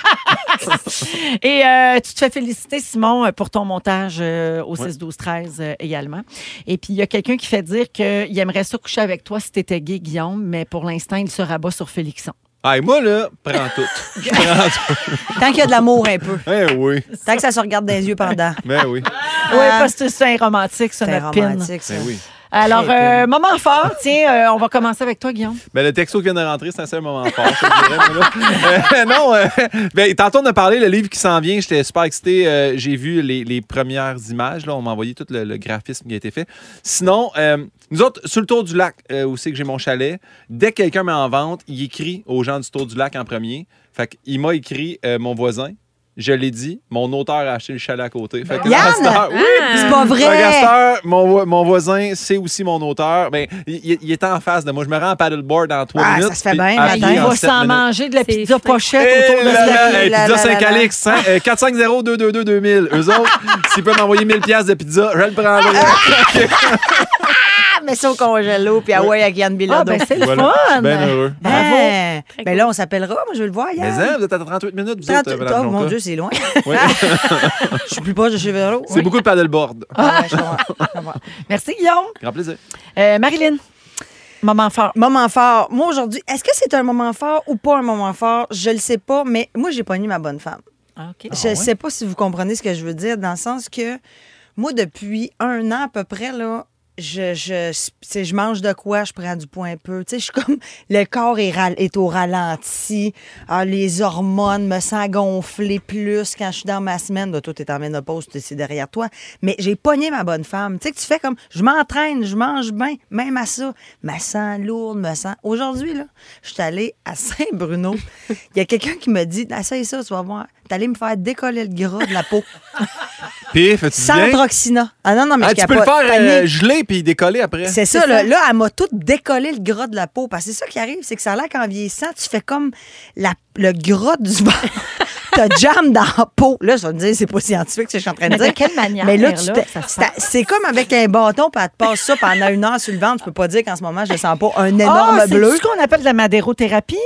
Et euh, tu te fais féliciter, Simon, euh, pour ton montage euh, au 6-12-13 euh, également. Et puis, il y a quelqu'un qui fait dire qu'il aimerait ça coucher avec toi si t'étais gay, Guillaume, mais pour l'instant, il se rabat sur Félixon. Hey, moi, là, prends tout. Je prends tout. Tant qu'il y a de l'amour un peu. Eh oui, Tant que ça se regarde des yeux pendant. ben oui, Oui, parce que c'est un romantique, ça, Ah. C'est notre pin. romantique, ça. ben oui. Alors, Très euh, moment fort, tiens, euh, on va commencer avec toi, Guillaume. Ben, le texto qui vient de rentrer, c'est un seul moment fort. ça, je dirais, moi, là. Euh, non, euh, ben, tantôt on a parlé, le livre qui s'en vient, j'étais super excité. euh, J'ai vu les, les premières images. Là, on m'a envoyé tout le, le graphisme qui a été fait. Sinon, euh, nous autres, sur le tour du lac, euh, où c'est que j'ai mon chalet, dès que quelqu'un met en vente, il écrit aux gens du tour du lac en premier. Fait qu'il m'a écrit euh, mon voisin. Je l'ai dit, mon auteur a acheté le chalet à côté. Fait que là, à Yann! cette heure- oui! C'est pas Fait qu'à cette vrai. heure, mon, vo- mon voisin, c'est aussi mon auteur. Ben, il, il- il est en face de moi. Je me rends en paddleboard dans trois Ah, ça minutes. se fait puis bien, à Nathan. pied Il en va sept s'en minutes. manger de la C'est pizza fin. pochette autour Eh de là là, la hey, Pizza la- hein? Euh, la- 5 la- Alix, 450 222 2000. Eux autres, s'ils peuvent m'envoyer 1000 pièces de pizza, je le prendrai. Ah, mais ça au congélo, puis à ouais avec Yann Bilodeau. Ah, ben, c'est le Voilà, Ben, euh. je fun! suis bien heureux. Bravo. Très Ben là, on s'appellera. Moi, je veux le voir, Mais Yann. hein, vous êtes à 38 minutes, vous Trente- autres, euh, Oh, Madame mon Jonca. Dieu, c'est loin. Oui. Je suis plus proche de chez Véro. C'est beaucoup de paddleboard. Ah, ouais, je comprends, je comprends. Merci, Guillaume. Grand plaisir. Euh, Marilyn, moment fort. Moment fort. Moi, aujourd'hui, est-ce que c'est un moment fort ou pas un moment fort? Je le sais pas, mais moi, j'ai pas ni ma bonne femme. Ah OK. Ah, Je sais pas si vous comprenez ce que je veux dire, dans le sens que moi, depuis un an à peu près, là, je, je, c'est- je mange de quoi, je prends du poids un peu. Tu sais, je suis comme, le corps est, ral- est au ralenti, Ah, les hormones me sent gonfler plus quand je suis dans ma semaine. Là, toi, t'es en ménopause, t'es- c'est derrière toi. Mais j'ai pogné ma bonne femme. Tu sais, que tu fais comme, je m'entraîne, je mange bien, même à ça. Ma sang lourde, me sent. Aujourd'hui, là, je suis allée à Saint-Bruno. Il y a quelqu'un qui me dit, essaye ça, tu vas voir. T'es allée me faire décoller le gras de la peau. Puis, fais-tu Sans bien? troxina. Ah non, non, mais Ah, je tu peux le capote. faire Panique. euh, gelé puis décoller après. C'est ça, Là, là, elle m'a tout décollé le gras de la peau. Parce que c'est ça qui arrive, c'est que ça a l'air qu'en vieillissant, tu fais comme la- le gras du ventre. T'as jam dans la peau. Là, je vais me dire, c'est pas scientifique ce que je suis en train de Mais de dire. quelle manière, Mais là, tu là, Ah, te- ça se c'est- c'est comme avec un bâton, puis elle te passe ça pendant une heure sur le ventre. Je peux pas dire qu'en ce moment, je sens pas un énorme Ah, bleu. C'est ce qu'on appelle de la madérothérapie?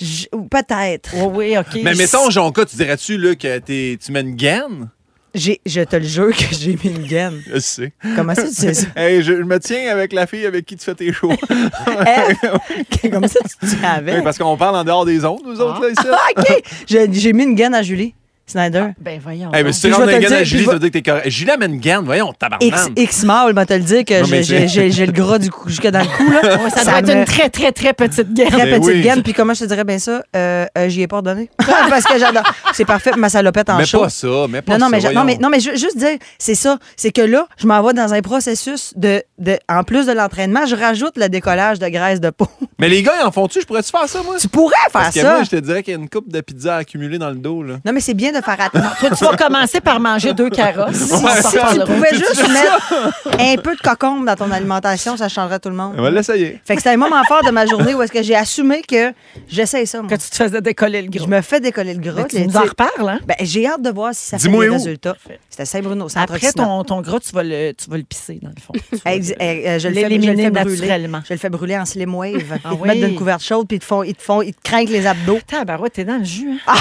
Je- ou Peut-être. oui, OK. Mais mettons, Jonca, tu dirais-tu là, que t'es- tu mets une gaine? J'ai- Je te le jure que j'ai mis une gaine. Je sais. Comment ça, tu sais ça? Hey, je, je me tiens avec la fille avec qui tu fais tes shows. Hein? Comme ça, tu te tiens avec. Oui, parce qu'on parle en dehors des ondes, nous autres, là, ici. Ah, OK! J'ai j'ai mis une gaine à Julie. Snyder. Ben voyons. Hey, mais si tu Puis je rentres vais dans te les le à dire, Julie, puis je ça vais- veut dire que t'es correct. Julie amène Gann, voyons, X, tabarnak. X mort, va te le dire que Non, mais j'ai- c'est- j'ai j'ai- j'ai le gras du cou- jusque dans le cou. Là. Ouais, ça, doit me- être une très, très, très petite guerre. Très Ben petite oui. gaine, puis comment je te dirais bien ça? Euh, euh, J'y ai pas ordonné. Parce que j'adore. C'est parfait, pour ma salopette en Mais chaud. pas ça, mais pas non, non, ça, mais j'a- non, voyons. mais, non, mais ju- juste dire, c'est ça. C'est que là, je m'en vais dans un processus de, de. En plus de l'entraînement, je rajoute le décollage de graisse de peau. Mais les gars, ils en font-tu? Je pourrais-tu faire ça, moi? Tu pourrais faire Parce que ça. moi, je te dirais qu'il y a une coupe de pizza accumulée dans le dos, là. Non, mais c'est bien de faire attention. Toi, tu vas commencer par manger deux carrosses. Si On Ouais, s'en ça, tu reparlera. pouvais juste mettre un peu de cocombe dans ton alimentation, ça changerait tout le monde. On va l'essayer. Fait que c'était un moment fort de ma journée où est-ce que j'ai assumé que j'essaye ça, moi. que tu te faisais décoller le Je gros. me fais décoller le gras. Ben, tu là, nous tu en sais. reparles, hein? Ben, j'ai hâte de voir si ça fait Dis-moi des où. résultats. C'était Saint-Bruno, centre Après, Occident. ton, ton gras, tu vas, le, tu vas le pisser, dans le fond. Tu vas Ex- le- eh, eh, je Il l'ai fait je le éliminer fais brûler. naturellement. Je le fais brûler en slim wave. Ah ils te oui. mettent dans une couverte chaude puis ils te font, ils te font, ils te craquent les abdos. Putain, ben ouais, t'es dans le jus, hein?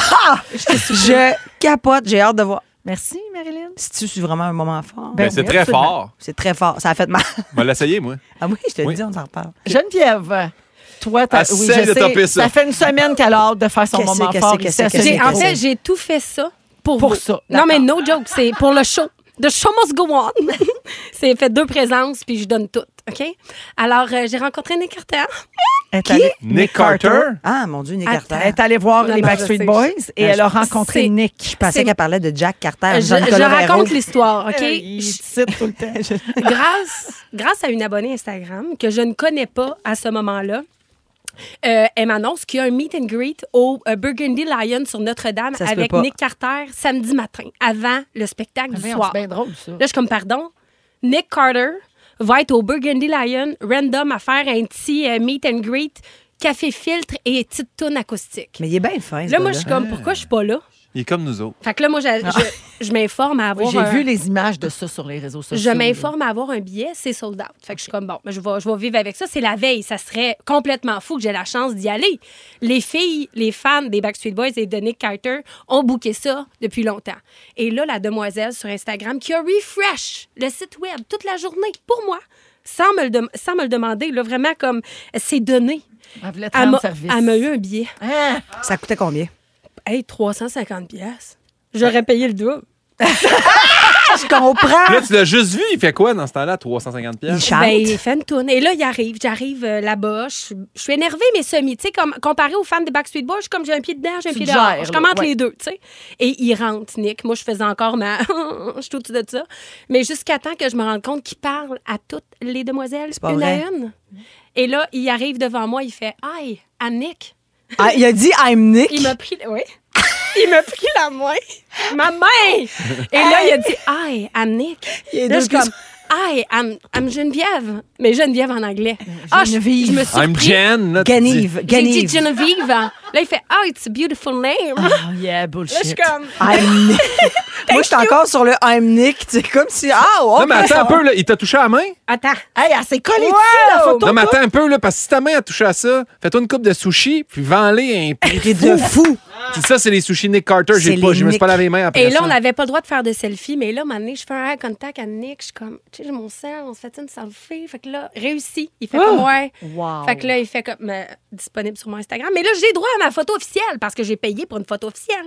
je capote, j'ai hâte de voir. Merci, Marilyn. Si tu suis vraiment un moment fort, Ben, c'est oui, très absolument. fort. c'est très fort. Ça a fait mal. On va l'essayer, moi. Ah oui, je te le Oui. dis, on s'en reparle. Geneviève, toi, t'as Essaye oui, je Ah, de sais, taper ça. ça fait une semaine qu'elle a hâte de faire son Qu'est-ce moment que c'est, fort. qu'est-ce ici, à que c'est, ce J'ai- En micro. fait, j'ai tout fait ça pour, Pour vous. ça, Non, d'accord. mais no joke, c'est pour le show. The show must go on. c'est fait deux présences, puis je donne tout. OK? Alors, euh, j'ai rencontré Nick Carter. Elle est allée- Nick Carter. Ah, mon Dieu, Nick Elle Carter. est allée voir Non, les non, je Backstreet sais, Boys et je- elle a rencontré c'est- Nick. Je pensais c'est- qu'elle parlait de Jack Carter. Ah, Je, Jean-Nicolas je raconte Véro. l'histoire, OK? Euh, il Je- cite tout le temps. grâce, grâce à une abonnée Instagram que je ne connais pas à ce moment-là, euh, elle m'annonce qu'il y a un meet and greet au euh, Burgundy Lion sur Notre-Dame Ça se peut avec pas. Nick Carter samedi matin, avant le spectacle du Voyons, soir. C'est bien drôle, ça. Là, je suis comme, pardon, Nick Carter va être au Burgundy Lion, random, à faire un petit euh, meet and greet, café filtre et petite toune acoustique. Mais il est bien fin. ce là, moi, gars-là. je suis comme, pourquoi je suis pas là? Il est comme nous autres. Fait que là, moi, j'a- Ah. je, je m'informe à avoir J'ai un- vu les images de ça sur les réseaux sociaux. je m'informe à avoir un billet, c'est sold out. Fait que je suis comme, bon, ben, je, vais, je vais vivre avec ça. C'est la veille. Ça serait complètement fou que j'ai la chance d'y aller. Les filles, les fans des Backstreet Boys et de Nick Carter ont booké ça depuis longtemps. Et là, la demoiselle sur Instagram qui a refresh le site web toute la journée pour moi, sans me le, dem- sans me le demander, là, vraiment comme, c'est donné. Elle voulait te Elle rendre m'a service. elle m'a eu un billet. Hein? Ça coûtait combien? Hey, 350 pièces. J'aurais payé le double. Je comprends. Là, tu l'as juste vu, il fait quoi dans ce temps-là, 350 Il pièces? chante. Ben, il fait une tournée. Et là, il arrive. J'arrive euh, là-bas. Je suis- je suis énervée, mais semi. Tu sais, comme, comparé aux fans des Backstreet Boys, je suis comme j'ai un pied dedans, j'ai un Tu pied te dehors. gères, Je là, commente ouais. les deux, tu sais. Et il rentre, Nick. Moi, je faisais encore ma. je suis au-dessus de ça. Mais jusqu'à temps que je me rende compte qu'il parle à toutes les demoiselles, pas une vrai. à une. Et là, il arrive devant moi, il fait Hi, à Nick. Ah, il a dit I'm Nick. Il m'a pris. Oui. Il m'a pris la main. Ma main! Et là, il a dit Hi, à Nick. Il est Là, je deux suis comme Hi, I'm, I'm Geneviève. Mais Geneviève en anglais. Ah, je, Geneviève. je me suis I'm Jen. Là, tu dis. Ganive. J'ai dit Ganive. Geneviève. Là, il fait Ah, it's a beautiful name. Ah, Là, Oh yeah, bullshit. je suis comme I'm Nick. Moi, je suis encore sur le I'm Nick. C'est comme si. Ah, oh, Non, mais attends un peu, là, il t'a touché à la main? Attends. Hey, elle s'est collée Wow! dessus, la photo. Non, mais attends un peu, là, parce que si ta main a touché à ça, fais-toi une coupe de sushi, puis vends-les un prix T'es de fou. Tu sais, ça, c'est les sushis Nick Carter. C'est J'ai pas, les je me suis Nick. pas lavé les mains après Et là, ça. on n'avait pas le droit de faire de selfie, mais là, à un moment donné, je fais un eye contact à Nick. Je suis comme, tu sais, j'ai mon sel, on se fait une selfie. Fait que là, réussi. Il fait comme, ouais. Oh! Wow. Fait que là, il fait comme euh, disponible sur mon Instagram. Mais là, j'ai droit à ma photo officielle parce que j'ai payé pour une photo officielle.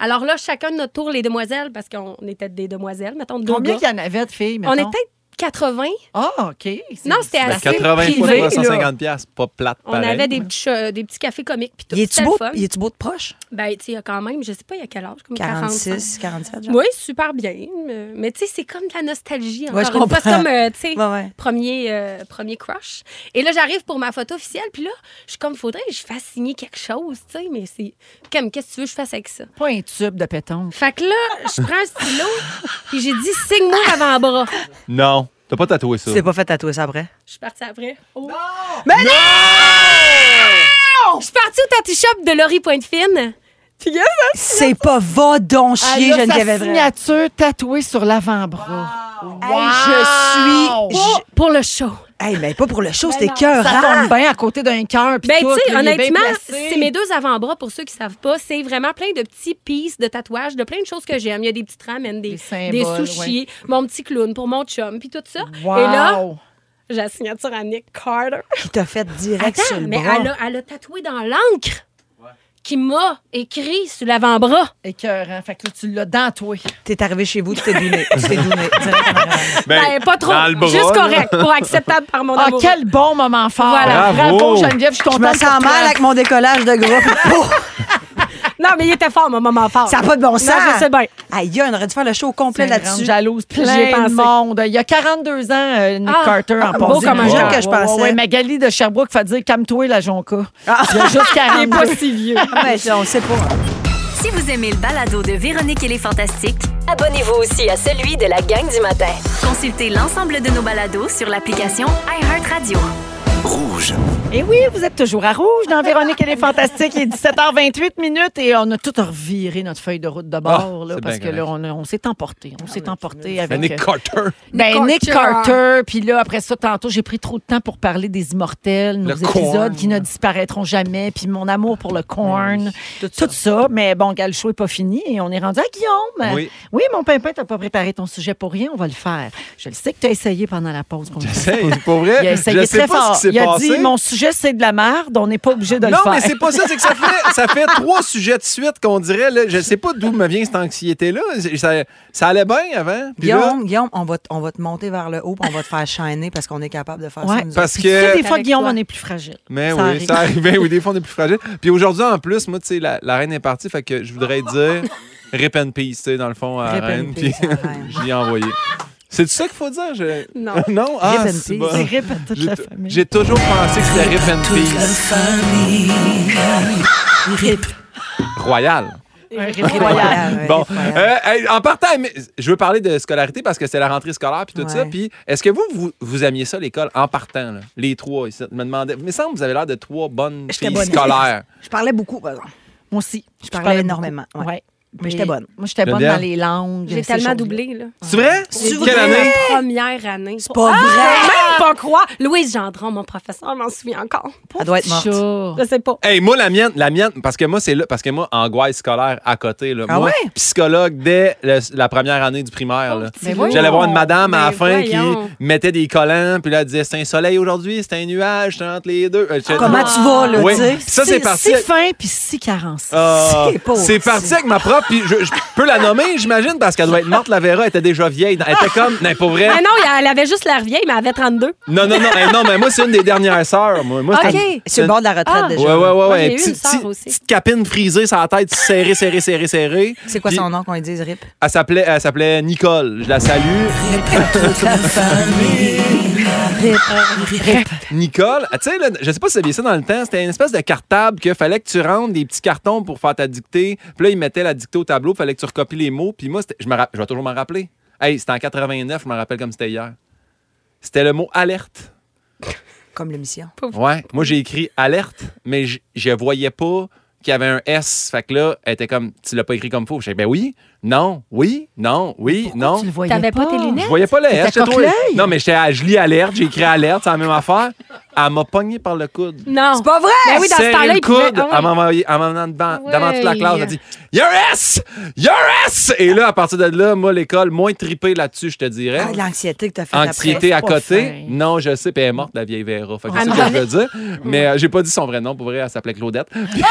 Alors là, chacun de notre tour, les demoiselles, parce qu'on était des demoiselles, mettons, deux Combien gars. qu'il y en avait de filles, On mettons? était 80. Ah, OK. C'est- Non, c'était Ben, assez 80 fois privé, là. 350 piastres, pas plate On pareil. avait des petits, cha- des petits cafés comiques. Puis tout. Il est-tu C'était le beau, fun. il est-tu beau de proche? Ben, tu sais, il y a quand même, je sais pas, il y a quel âge, comme 46, 47, genre. Oui, super bien. euh, Mais tu sais, c'est comme de la nostalgie. Encore Ouais, je une fois, comprends. c'est comme, euh, tu sais, Ouais, ouais. premier, euh, premier crush. Et là, j'arrive pour ma photo officielle. Puis là, je suis comme, faudrait que je fasse signer quelque chose, tu sais. Mais c'est comme, qu'est-ce que tu veux que je fasse avec ça? Pas un tube de pétanque. Fait que là, je prends un stylo. Puis j'ai dit, signe-moi l'avant-bras. Non, t'as pas tatoué ça. Tu t'es pas fait tatouer ça après? Je suis partie après. Oh. Mais non! Je suis partie au Tati Shop de Laurie Pointe-Fine. Puis là, C'est pas va donc Ah, chier, Elle a Ah, sa Geneviève Evrel. signature tatouée sur l'avant-bras. Hey, je suis. pour, pour le show. je- Hey, mais pas pour le show, c'était Ça cœur. Ah! tombe bien à côté d'un cœur. puis Ben, tout, tu sais, là, il est bien honnêtement, placé. c'est mes deux avant-bras pour ceux qui savent pas. C'est vraiment plein de petits pieces de tatouages, de plein de choses que j'aime. Il y a des petites ramen, des, Des symboles, des sushis, mon petit clown pour mon chum, puis tout ça. Wow. Et là, j'ai la signature à Nick Carter. Qui t'a fait direct Attends, sur le mais bras. elle a, elle a tatoué dans l'encre qui m'a écrit sur l'avant-bras. Écœurant. Fait que là, tu l'as dans toi. T'es arrivé chez vous, tu t'es donné. Tu t'es donné. Ben, pas trop. dans le bras, Juste là. correct. Pas acceptable par mon Ah, amour. quel bon moment fort. Voilà. Bravo. Bravo, Geneviève, je suis Je contente. me sens pour toi. mal avec mon décollage de groupe. Non, mais il était fort, mon moment Ah. fort. Ça n'a pas de bon sens. Non, je sais bien. Aïe, on aurait dû faire le show au complet C'est une grande là-dessus. jalouse. Plein de monde. Il y a 42 ans, euh, Nick Ah, Carter en ah, passant. beau comme un Ouais, jeune que je ouais, ouais, pensais. ouais, Magali de Sherbrooke fait dire calme-toi la jonca. Ah. Il y a juste 42. Il est pas si vieux. Ah, ben, on sait pas. Si vous aimez le balado de Véronique et les Fantastiques, Abonnez-vous aussi à celui de la gang du matin. consultez l'ensemble de nos balados sur l'application iHeartRadio. Rouge. Et Eh oui, vous êtes toujours à rouge dans Véronique et les Fantastiques. Il est 17h28 minutes et on a tout reviré notre feuille de route de bord Ah, là, c'est parce que bien là, on, a- on s'est emporté. On s'est emporté avec. Nick euh, Carter. Ben, Nick Nick Carter. Puis là, après ça, tantôt, j'ai pris trop de temps pour parler des immortels, nos Le épisodes corn. qui ne disparaîtront jamais, puis mon amour pour le corn. Ben tout, ça. Mais bon, gars, le show n'est pas fini et on est rendu à Guillaume. Oui. mon pimpin, t'as pas préparé ton sujet pour rien, on va le faire. Je le sais que tu as essayé pendant la pause. qu'on le fasse. J'essaye, Ben, c'est pas vrai. Il a essayé Je sais très pas fort. ce qui s'est Il a passé. dit mon sujet, c'est de la merde, on n'est pas obligé de le non, faire. mais c'est pas ça. C'est que ça fait, ça fait trois sujets de suite qu'on dirait. Là, je sais pas d'où me vient cette anxiété-là. C'est- Ça, ça allait bien avant. Puis là, Guillaume, Guillaume, on va, te- on va te monter vers le haut, puis on va te faire shiner parce qu'on est capable de faire Ouais. ça. nous parce autres. Puis tu sais, que. des fois, Avec Guillaume, toi. on est plus fragile. Mais Ça oui, arrive. ça arrivait. Oui, des fois, on est plus fragile. Puis aujourd'hui, en plus, moi, tu sais, la, la reine est partie. Fait que je voudrais dire rip and peace, tu sais, dans le fond, à la Rip and reine. Puis peace à la reine. j'y ai envoyé. C'est ça qu'il faut dire? je- Non. non? Ah, and c'est peace. bon. C'est rip à toute J'ai la t- famille. J'ai toujours pensé que c'était rip and peace. Royal. Un rip royal. Incroyable, Bon, incroyable. euh, hey, en partant, mais je veux parler de scolarité parce que c'est la rentrée scolaire puis tout Ouais. ça. Puis est-ce que vous, vous, vous aimiez ça l'école en partant, là? les trois ici? Je me demandais. Il me semble que vous avez l'air de trois bonnes J'étais filles bonne. scolaires. Je parlais beaucoup, par exemple. Moi aussi. Je parlais beaucoup. énormément, ouais. Mais j'étais bonne. Moi, j'étais bonne Geneviève? dans les langues. J'ai ces tellement choses-là. doublé, là. C'est vrai? J'ai Quelle doublé année? ma première année. Ah! C'est Pas vrai! Même pas croire. Louise Gendron, mon professeur, m'en souvient encore. Elle doit être morte. Chat. Je sais pas. Hey, moi, la mienne, la mienne, parce que moi, c'est là, parce que moi, angoisse scolaire à côté, là. Ah moi, ouais? psychologue dès le- la première année du primaire, Ah, là. petit Mais voyons. J'allais voir une madame à la Mais fin voyons. qui mettait des collants, puis là, elle disait, c'est un soleil aujourd'hui, c'est un nuage, c'est entre les deux. Euh, je- Comment tu vas, là, Oui. tu sais? Ça, c'est parti. Si fin puis si carence. Ah, C'est pas c'est aussi. parti avec ma prof, puis je, je peux la nommer, j'imagine, parce qu'elle doit être morte, la Vera, elle était déjà vieille. Elle était comme, non, pas vrai. Ah non, elle avait juste l'air vieille, mais elle avait 32. Non, non, non, hey, non, mais moi, c'est une des dernières sœurs. Moi, Moi, c'était une- Sur le bord de la retraite, Ah. déjà. Ouais, ouais, ouais. Moi, ouais. j'ai eu une Petite- sœur petite- aussi. Petite capine frisée sur la tête, serrée, serrée, serrée, serrée. C'est quoi Puis son nom qu'on lui dise, Rip? Elle s'appelait, elle s'appelait Nicole. Je la salue. Nicole, tu sais, là, je sais pas si vous aviez ça dans le temps, c'était une espèce de cartable que fallait que tu rentres des petits cartons pour faire ta dictée. Puis là, ils mettaient la dictée au tableau, fallait que tu recopies les mots. Puis moi, c'était- je, me rapp- je vais toujours m'en rappeler. Hey, c'était en 89, je me rappelle comme c'était hier. C'était le mot alerte. Comme l'émission. Ouais. Moi, j'ai écrit alerte, mais j- je voyais pas qu'il y avait un S. Fait que là, elle était comme, tu l'as pas écrit comme faux. Je ben oui, non, oui, non, oui, non. Tu le voyais T'avais pas tes Je lunettes? voyais pas le T'étais S. j'étais trop- coque-l'œil. Non, mais j'étais à- je lis alerte, j'ai écrit alerte, c'est la même affaire. Elle m'a pogné par le coude. Non. C'est pas vrai! Ben oui, dans ce Serré temps-là, le il pouvait- coude, ah elle m'a ouais. envoyé- elle m'a emmené devant, Ouais. devant toute la classe. Elle a dit Your S! Your S! Et là, à partir de là, moi, l'école, moins tripée là-dessus, je te dirais. Ah, l'anxiété que t'as fait après. Anxiété à pas fin. côté. Non, je sais, puis elle est morte, la vieille Vera. Fait que c'est ça que je veux dire. Mais euh, j'ai pas dit son vrai nom, pour vrai, elle s'appelait Claudette. Puis-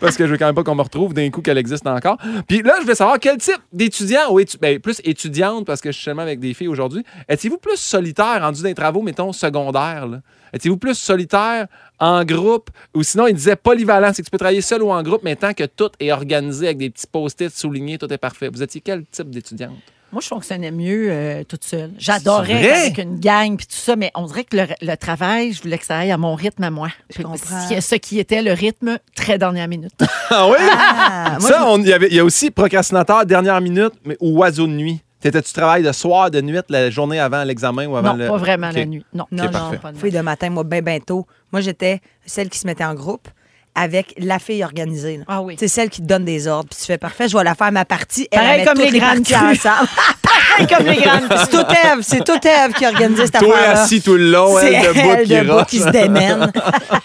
Parce que je veux quand même pas qu'on me retrouve d'un coup qu'elle existe encore. Puis là, je veux savoir quel type d'étudiant, ou étu- ben, plus étudiante, parce que je suis seulement avec des filles aujourd'hui, étiez-vous plus solitaire, rendu dans les travaux, mettons, secondaires? là? Étiez-vous plus solitaire en groupe? Ou sinon, il disait polyvalent, c'est que tu peux travailler seul ou en groupe, mais tant que tout est organisé avec des petits post-it soulignés, tout est parfait. Vous étiez quel type d'étudiante? Moi, je fonctionnais mieux euh, toute seule. J'adorais C'est vrai? être avec une gang puis tout ça, mais on dirait que le, le travail, je voulais que ça aille à mon rythme à moi. Je comprends. Ce qui- Ce qui était le rythme très dernière minute. Ah oui? Ah, moi, ça, on- il y avait- il y a aussi procrastinateur, dernière minute, mais ou oiseau de nuit. T'étais-tu travail de soir, de nuit, la journée avant l'examen ou avant non, le. pas vraiment Ok. la nuit. Non, Ok, non, non, parfait. pas de Fouille de matin, moi, bien, bien tôt. Moi, j'étais celle qui se mettait en groupe avec la fille organisée. là. Ah oui. C'est celle qui te donne des ordres. Puis tu fais parfait, je vais la faire ma partie. Elle, Pareil elle met comme toutes les grandes parties crues. ensemble. comme les grandes. C'est tout Ève, c'est tout Ève qui organise cette Toi affaire-là. assis tout le long, C'est elle, de bout qui debout roche. qui se démène.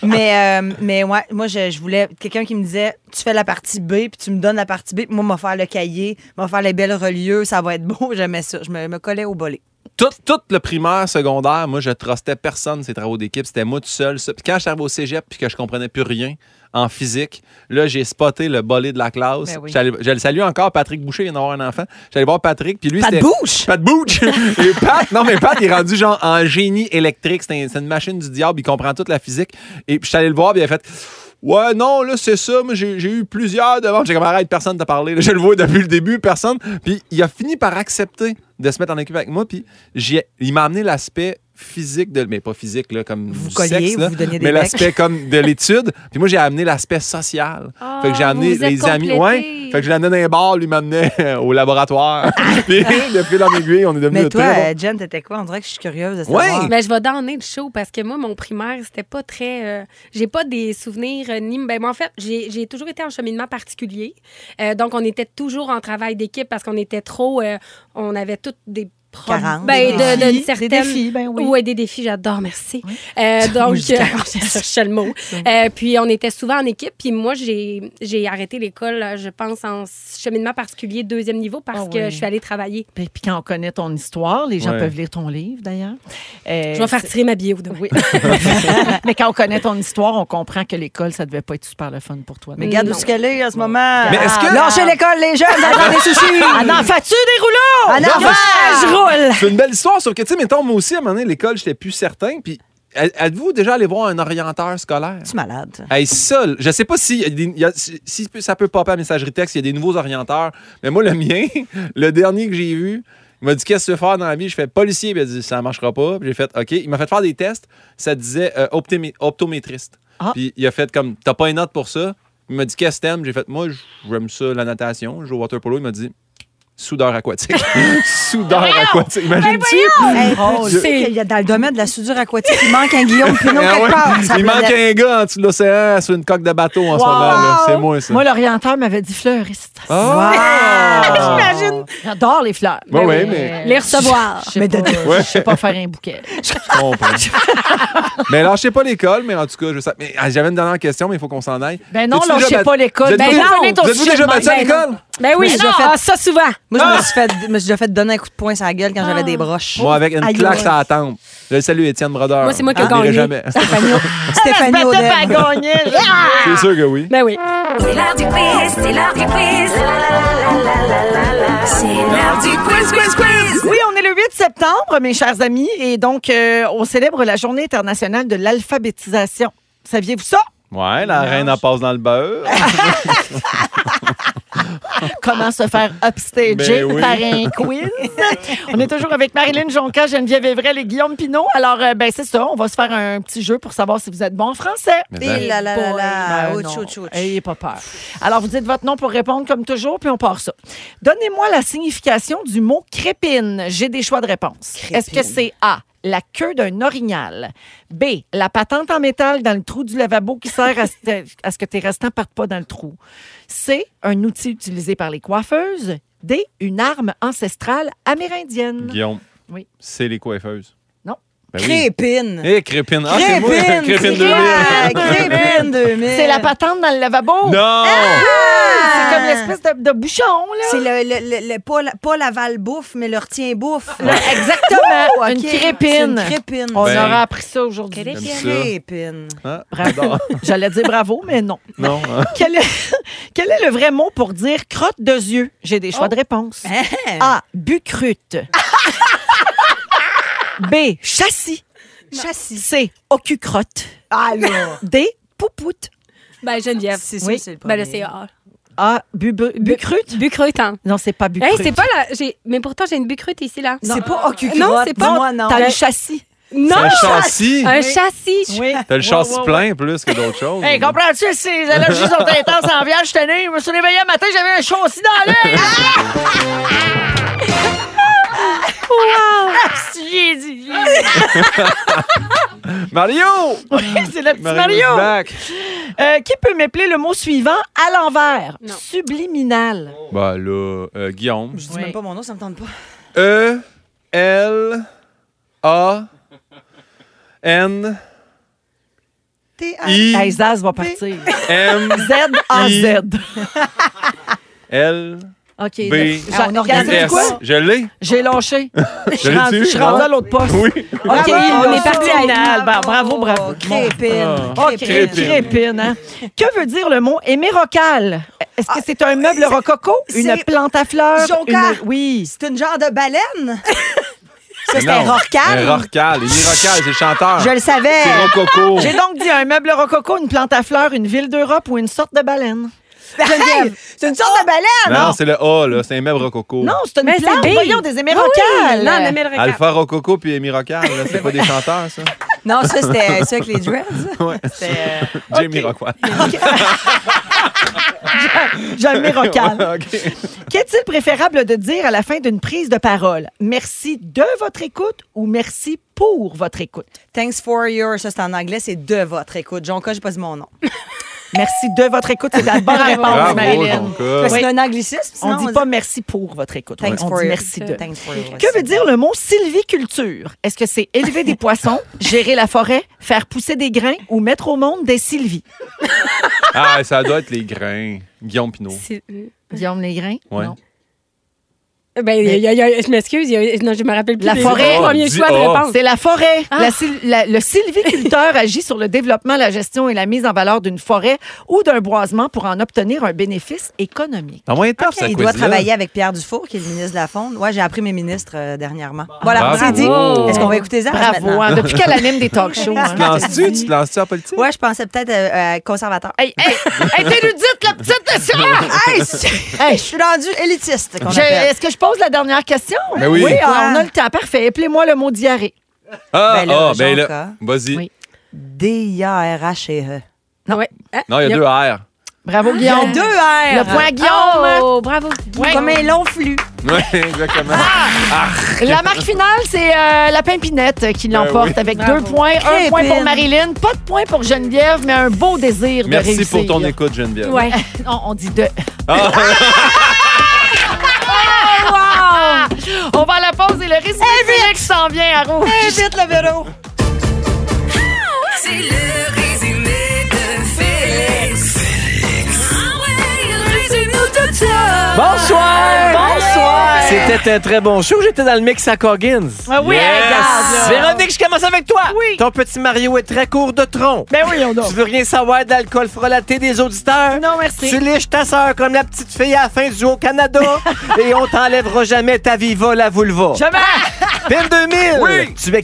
mais euh, mais ouais, moi, je, je voulais quelqu'un qui me disait Tu fais la partie B, puis tu me donnes la partie B, puis moi, m'a faire le cahier, m'a faire les belles relieux, ça va être beau. J'aimais ça. Je me, me collais au bolet. Tout, tout le primaire, secondaire, moi, je trustais personne ces travaux d'équipe. C'était moi tout seul. ça. Puis quand je suis arrivé au cégep puis que je comprenais plus rien en physique, là, j'ai spoté le bolé de la classe. Ben oui. J'allais- Je le salue encore, Patrick Boucher, il vient d'avoir un enfant. J'allais voir Patrick, puis lui, Pat c'était... Bouche? Pat Bouche! Et Pat, non, mais Pat, il est rendu genre en génie électrique. C'est un- c'est une machine du diable, il comprend toute la physique. Et puis, je suis allé le voir, puis il a fait... Ouais, non, là, c'est ça. Moi, j'ai j'ai eu plusieurs demandes. J'ai comme arrête, personne t'a parlé. là. je le vois depuis le début, personne. Puis il a fini par accepter de se mettre en équipe avec moi. Puis j'y ai- il m'a amené l'aspect physique, de, mais pas physique, là, comme vous colliez, sexe, vous là, vous donniez des mais becs. l'aspect comme de l'étude. Puis moi, j'ai amené l'aspect social. fait que j'ai Ah, amené vous vous êtes les amis. complétés. Ouais. Fait que je l'amenais dans les bars, lui m'amenait au laboratoire. Puis depuis dans l'aiguille, on est devenu Mais de toi, très bons- euh, Jen, t'étais quoi? On dirait que je suis curieuse de Ouais. savoir. Mais Ben, je vais donner le show parce que moi, mon primaire, c'était pas très. euh, j'ai pas des souvenirs euh, ni. Ben, moi, en fait, j'ai j'ai toujours été en cheminement particulier. Euh, donc, on était toujours en travail d'équipe parce qu'on était trop. euh, on avait toutes des. pro- 40, des ben, de, de, défis, une certaine- des défis, ben oui. Ouais, euh, des défis, j'adore, merci. Euh, donc, Moi, je dis euh, 40. je cherchais le mot. Euh, puis, on était souvent en équipe. Puis, moi, j'ai j'ai arrêté l'école, euh, je pense, en cheminement particulier deuxième niveau parce Ah que oui. je suis allée travailler. Puis, puis quand on connaît ton histoire, les gens Ouais. peuvent lire ton livre, d'ailleurs. Euh, Je vais faire tirer ma bio demain. Oui. mais quand on connaît ton histoire, on comprend que l'école, ça devait pas être super le fun pour toi. Mais regarde où Non. ce qu'elle est en ce moment. Mais est-ce que- Lâchez l'école, les jeunes, d'avoir des sushis. Ah non, fais-tu des rouleaux? Ah non, Non, je roule. C'est une belle histoire, sauf que, tu sais, mettons, moi aussi, à un moment donné, l'école, j'étais plus certain. Puis ê- êtes-vous déjà allé voir un orienteur scolaire? Tu es malade. Hey, ça, je sais pas si, y a des- y a- si, si ça peut popper à messagerie texte, il y a des nouveaux orienteurs. Mais moi, le mien, le dernier que j'ai vu, il m'a dit Qu'est-ce que tu veux faire dans la vie Je fais policier. Puis Il a dit Ça marchera pas. Puis j'ai fait OK. Il m'a fait faire des tests. Ça disait euh, optémi- optométriste. Ah. Puis il a fait comme T'as pas une note pour ça. Il m'a dit Qu'est-ce que t'aimes J'ai fait Moi, j'aime ça, la natation. Je joue au water polo. Il m'a dit Soudeur aquatique. Soudeur aquatique. Imagine-tu Hey, drôle. tu sais qu'il y a dans le domaine de la soudure aquatique, il manque un Guillaume Pinot Ah quelque ouais. part. Ça Il manque peut- un gars en dessous de l'océan sur une coque de bateau en ce Wow. moment. ben, là. C'est moi, ça. Moi, l'orienteur m'avait dit fleuriste. Oh! Ah! J'imagine. J'adore les fleurs. Ouais, Ben ouais, oui, mais- euh, Les recevoir. Je sais Mais pas, de- Ouais. je sais pas faire un bouquet. ben, Je comprends. mais lâchez pas l'école, mais en tout cas, je sais. mais, ah, j'avais une dernière question, mais il faut qu'on s'en aille. Ben non, Vous êtes-vous lâchez déjà pas bat- l'école. Vous Ben êtes-vous- non, vous êtes-vous déjà battu à Ben l'école? Ben oui, Mais non, ah, ça souvent. Moi, je me suis fait, je me suis déjà fait donner un coup de poing sur la gueule Ah. quand j'avais des broches. Moi, avec une Oh, Aïe, claque, ouais. ça attend. Je le salue, Étienne Brodeur. Moi, c'est moi qui ai Je l'oublierai gagné. jamais. Stéphanie, Stéphanie O'Dell. Eh C'est sûr que oui. Ben oui. C'est l'heure du quiz, c'est l'heure du quiz. C'est l'heure du quiz, quiz, quiz. Oui, on est le 8 septembre, mes chers amis, et donc euh, on célèbre la Journée internationale de l'alphabétisation. Saviez-vous ça? Ouais, la reine en passe dans le beurre. Comment se faire upstager Ben oui. par un quiz? on est toujours avec Marilyn Jonca, Geneviève Evrel et Guillaume Pinault. Alors, euh, ben c'est ça, on va se faire un petit jeu pour savoir si vous êtes bon en français. Mais Et Eh là, là, là, là. Ben Ouch, non. ouch, ouch. Eh, Ayez pas peur. Alors, vous dites votre nom pour répondre comme toujours, puis on part ça. Donnez-moi la signification du mot crépine. J'ai des choix de réponse. Crépine. Est-ce que c'est A, la queue d'un orignal? B, la patente en métal dans le trou du lavabo qui sert à, ce- à ce que tes restants partent pas dans le trou. C, un outil utilisé par les coiffeuses. D, une arme ancestrale amérindienne. Guillaume, Oui. c'est les coiffeuses. Non. Ben oui. Crépine. Eh, Crépine. Ah, c'est moi. Crépine. Crépine de Ah, Crépine 2000. C'est la patente dans le lavabo. Non! C'est comme l'espèce de, de bouchon, là. Ah. C'est le, le, le, le- pas, la, pas la valbouffe, mais le retien bouffe. Exactement. Oh, ok. Une C'est crépine. une crépine. On Ben. aura appris ça aujourd'hui. J'aime ça. Crépine. Ah, Bravo. j'adore. J'allais dire bravo, mais non. Non. hein. Quel est, quel est le vrai mot pour dire crotte de yeux? J'ai des choix de réponse. A. Bucrute. B. Châssis. Châssis. C. Ocucrotte. Ah, Alors. D. Poupoute. Ben, Geneviève. Ah, C'est Oui. Bah, sûr, c'est le Ben premier. là, c'est A. A. bucrute? Bucrute? Bucreutant. Non, c'est pas bucrute. Hey, c'est pas là. j'ai- Mais pourtant, j'ai une bucrute ici, là. C'est pas occupé. Non, c'est pas- Moi, non. T'as le châssis. C'est Non! un châssis. Un châssis. Oui. T'as le châssis Ouais, ouais, plein plus que d'autres choses. Hey, comprends-tu? Ces allergies sont intenses en viage cette année. Je me suis réveillée un matin, j'avais un châssis dans l'œil. wow! Si, j'ai dit, j'ai dit. Mario! C'est le petit Mario! Mario. is back. Euh, qui peut m'épeler le mot suivant à l'envers? Non. Subliminal. Ben là, euh, Guillaume. Je dis Oui. même pas mon nom, ça me tente pas. E L A N T A I Hey, Zaz va partir. M Z-A-Z. L OK. B, donc, j'a- U, organise S. quoi? Je l'ai. J'ai lâché. Je suis l'ai-tu? rendu- je suis rendu à l'autre poste. Oui. OK, Bravo, on est parti bravo. à Inal. Bah, Bravo, bravo. Crépine. Oh, Ah, Crépine. crépine. crépine, hein? Que veut dire le mot hémérocal? Est-ce que c'est un meuble rococo? Une c'est- plante à fleurs? Jonca. Une- Oui. C'est une genre de baleine. Ça, c'est Non, un rorcal. Un rorcal. Il est rorcal, c'est le chanteur. Je le savais. C'est rococo. J'ai donc dit un meuble rococo, une plante à fleurs, une ville d'Europe ou une sorte de baleine. Hey, c'est une sorte de baleine. hein. Non, c'est le A, là. C'est un meuble rococo. Non, c'est une Mais c'est plante. big. Voyons, des hémérocales. Oui, non, on aimait le regard. Alpha Rococo puis Amy Rocal, là, c'est pas des chanteurs, ça? Non, ça, c'était ça avec les dreads. Ouais. C'était, euh, Jamie Rockwell. Jamais rocal. OK. Qu'est-il préférable de dire à la fin d'une prise de parole? Merci de votre écoute ou merci pour votre écoute? Thanks for your. Ça, c'est en anglais. C'est de votre écoute. Jonca, j'ai pas dit mon nom. Merci de votre écoute. C'est la bonne réponse, Bravo, euh, Marilyn. Jonca. C'est un anglicisme. On Sinon, dit pas merci pour votre écoute. Thanks on for dit your- merci de. Thanks for your. Que veut dire le mot sylviculture? Est-ce que c'est élever des poissons, gérer la forêt, faire pousser des grains ou mettre au monde des sylvies? Ah, ça doit être les grains. Guillaume Pinot. C'est- euh, Guillaume, les grains? Ouais. Non. Ben, il y a- il y a- je m'excuse, il y a- non, je me rappelle plus. La des forêt. Premier Dis choix de A. réponse. Oh. C'est la forêt. Ah. La syl- la- le sylviculteur agit sur le développement, la gestion et la mise en valeur d'une forêt ou d'un boisement pour en obtenir un bénéfice économique. Dans moyen temps, ça Il doit travailler avec Pierre Dufour, qui est le ministre de la Fonde. Ouais, j'ai appris mes ministres euh, dernièrement. Voilà, Bravo. c'est dit. Bravo. Est-ce qu'on va écouter ça Bravo. maintenant? hein. Depuis qu'elle anime des talk shows. hein. Tu te lances-tu? Tu te lances-tu en politique? Ouais, je pensais peut-être euh, euh, conservateur. Hey, hey, hey, t'es ludite, la petite de ça! Hey, je Hey, suis rendue élitiste. qu'on je- appelle. Est-ce que je pose la dernière question? Ben oui. ah, on a le temps. Parfait. Appelez-moi le mot diarrhée. Ah, Ben là, ah, ben Jonca. là. Vas-y. Oui. D-I-A-R-H-E. Ouais. Ah, Non, il y a deux R. Bravo, Il y a Guillaume. deux R. Le point à Guillaume. Oh, bravo. Ouais. Comme un long flux. Oui, exactement. Ah, La marque finale, c'est euh, la pimpinette qui l'emporte oui. avec Bravo. deux points. Un Crépine. point pour Marilyn, pas de point pour Geneviève, mais un beau désir de Merci réussir. pour ton écoute, Geneviève. Ouais. Non, on dit deux. Ah, On va à la pause et le risque Eh qui s'en vient à rouge. Vite le vélo. C'est le résumé de Félix. Félix. Ah ouais, résume-nous tout ça. Bonsoir! Bonsoir! C'était un très bon show. J'étais dans le mix à Coggins. Ah oui, Yes. regarde. là. Véronique, je commence avec toi. Oui. Ton petit Mario est très court de tronc. Ben oui, on a. Tu veux rien savoir d'alcool frelaté des auditeurs? Non, merci. Tu liches ta sœur comme la petite fille à la fin du Haut-Canada et on t'enlèvera jamais ta viva la vulva. Jamais. Pin 2000! Tu es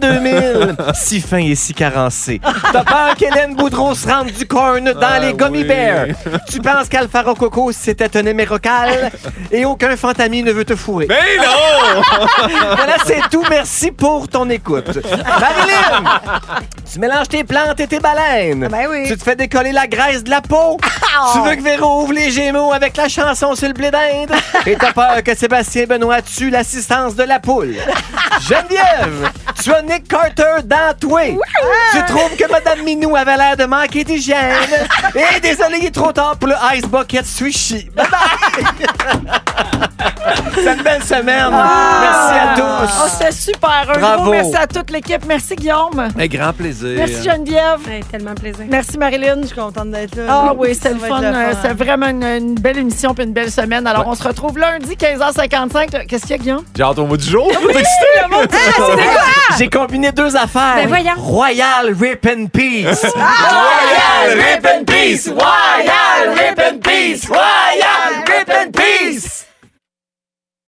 2000! si fin et si carencé. T'as peur qu'Hélène Boudreau se rende du corn dans Ah les gummy oui. bears. Tu penses qu'Alfaro Coco c'était un hémérocal et aucun fantami ne veut te fourrer. ben non! Voilà, c'est tout. Merci pour ton écoute. Marilyn, tu mélanges tes plantes et tes baleines. Ben oui. Ah! Tu te fais décoller la graisse de la peau. tu veux que Véro ouvre les Gémeaux avec la chanson sur le blé d'Inde. et t'as peur que Sébastien Benoît tue l'assistance de la poule. Geneviève, tu as Nick Carter dans toi. tu trouves que Madame Minou avait l'air de manquer d'hygiène. et désolé, il est trop tard pour le Ice Bucket Sushi. Bye-bye. C'est une belle semaine. Ah! Merci à tous. Ah! Oh, c'était super. Un Bravo. gros merci à toute l'équipe. Merci, Guillaume. Un grand plaisir. Merci, Geneviève. Ouais, tellement plaisir. Merci, Marilyn. Je suis contente d'être là. Ah oui, c'était le Ça fun. va être Euh, C'était vraiment une, une belle émission puis une belle semaine. Alors, on se retrouve lundi, 15h55. Qu'est-ce qu'il y a, Guillaume? J'ai hâte au mot du jour. J'ai combiné deux affaires. Ben voyons. Royal Rip and Peace. Ah, Royal Rip and Peace! Royal Rip and Peace! Royal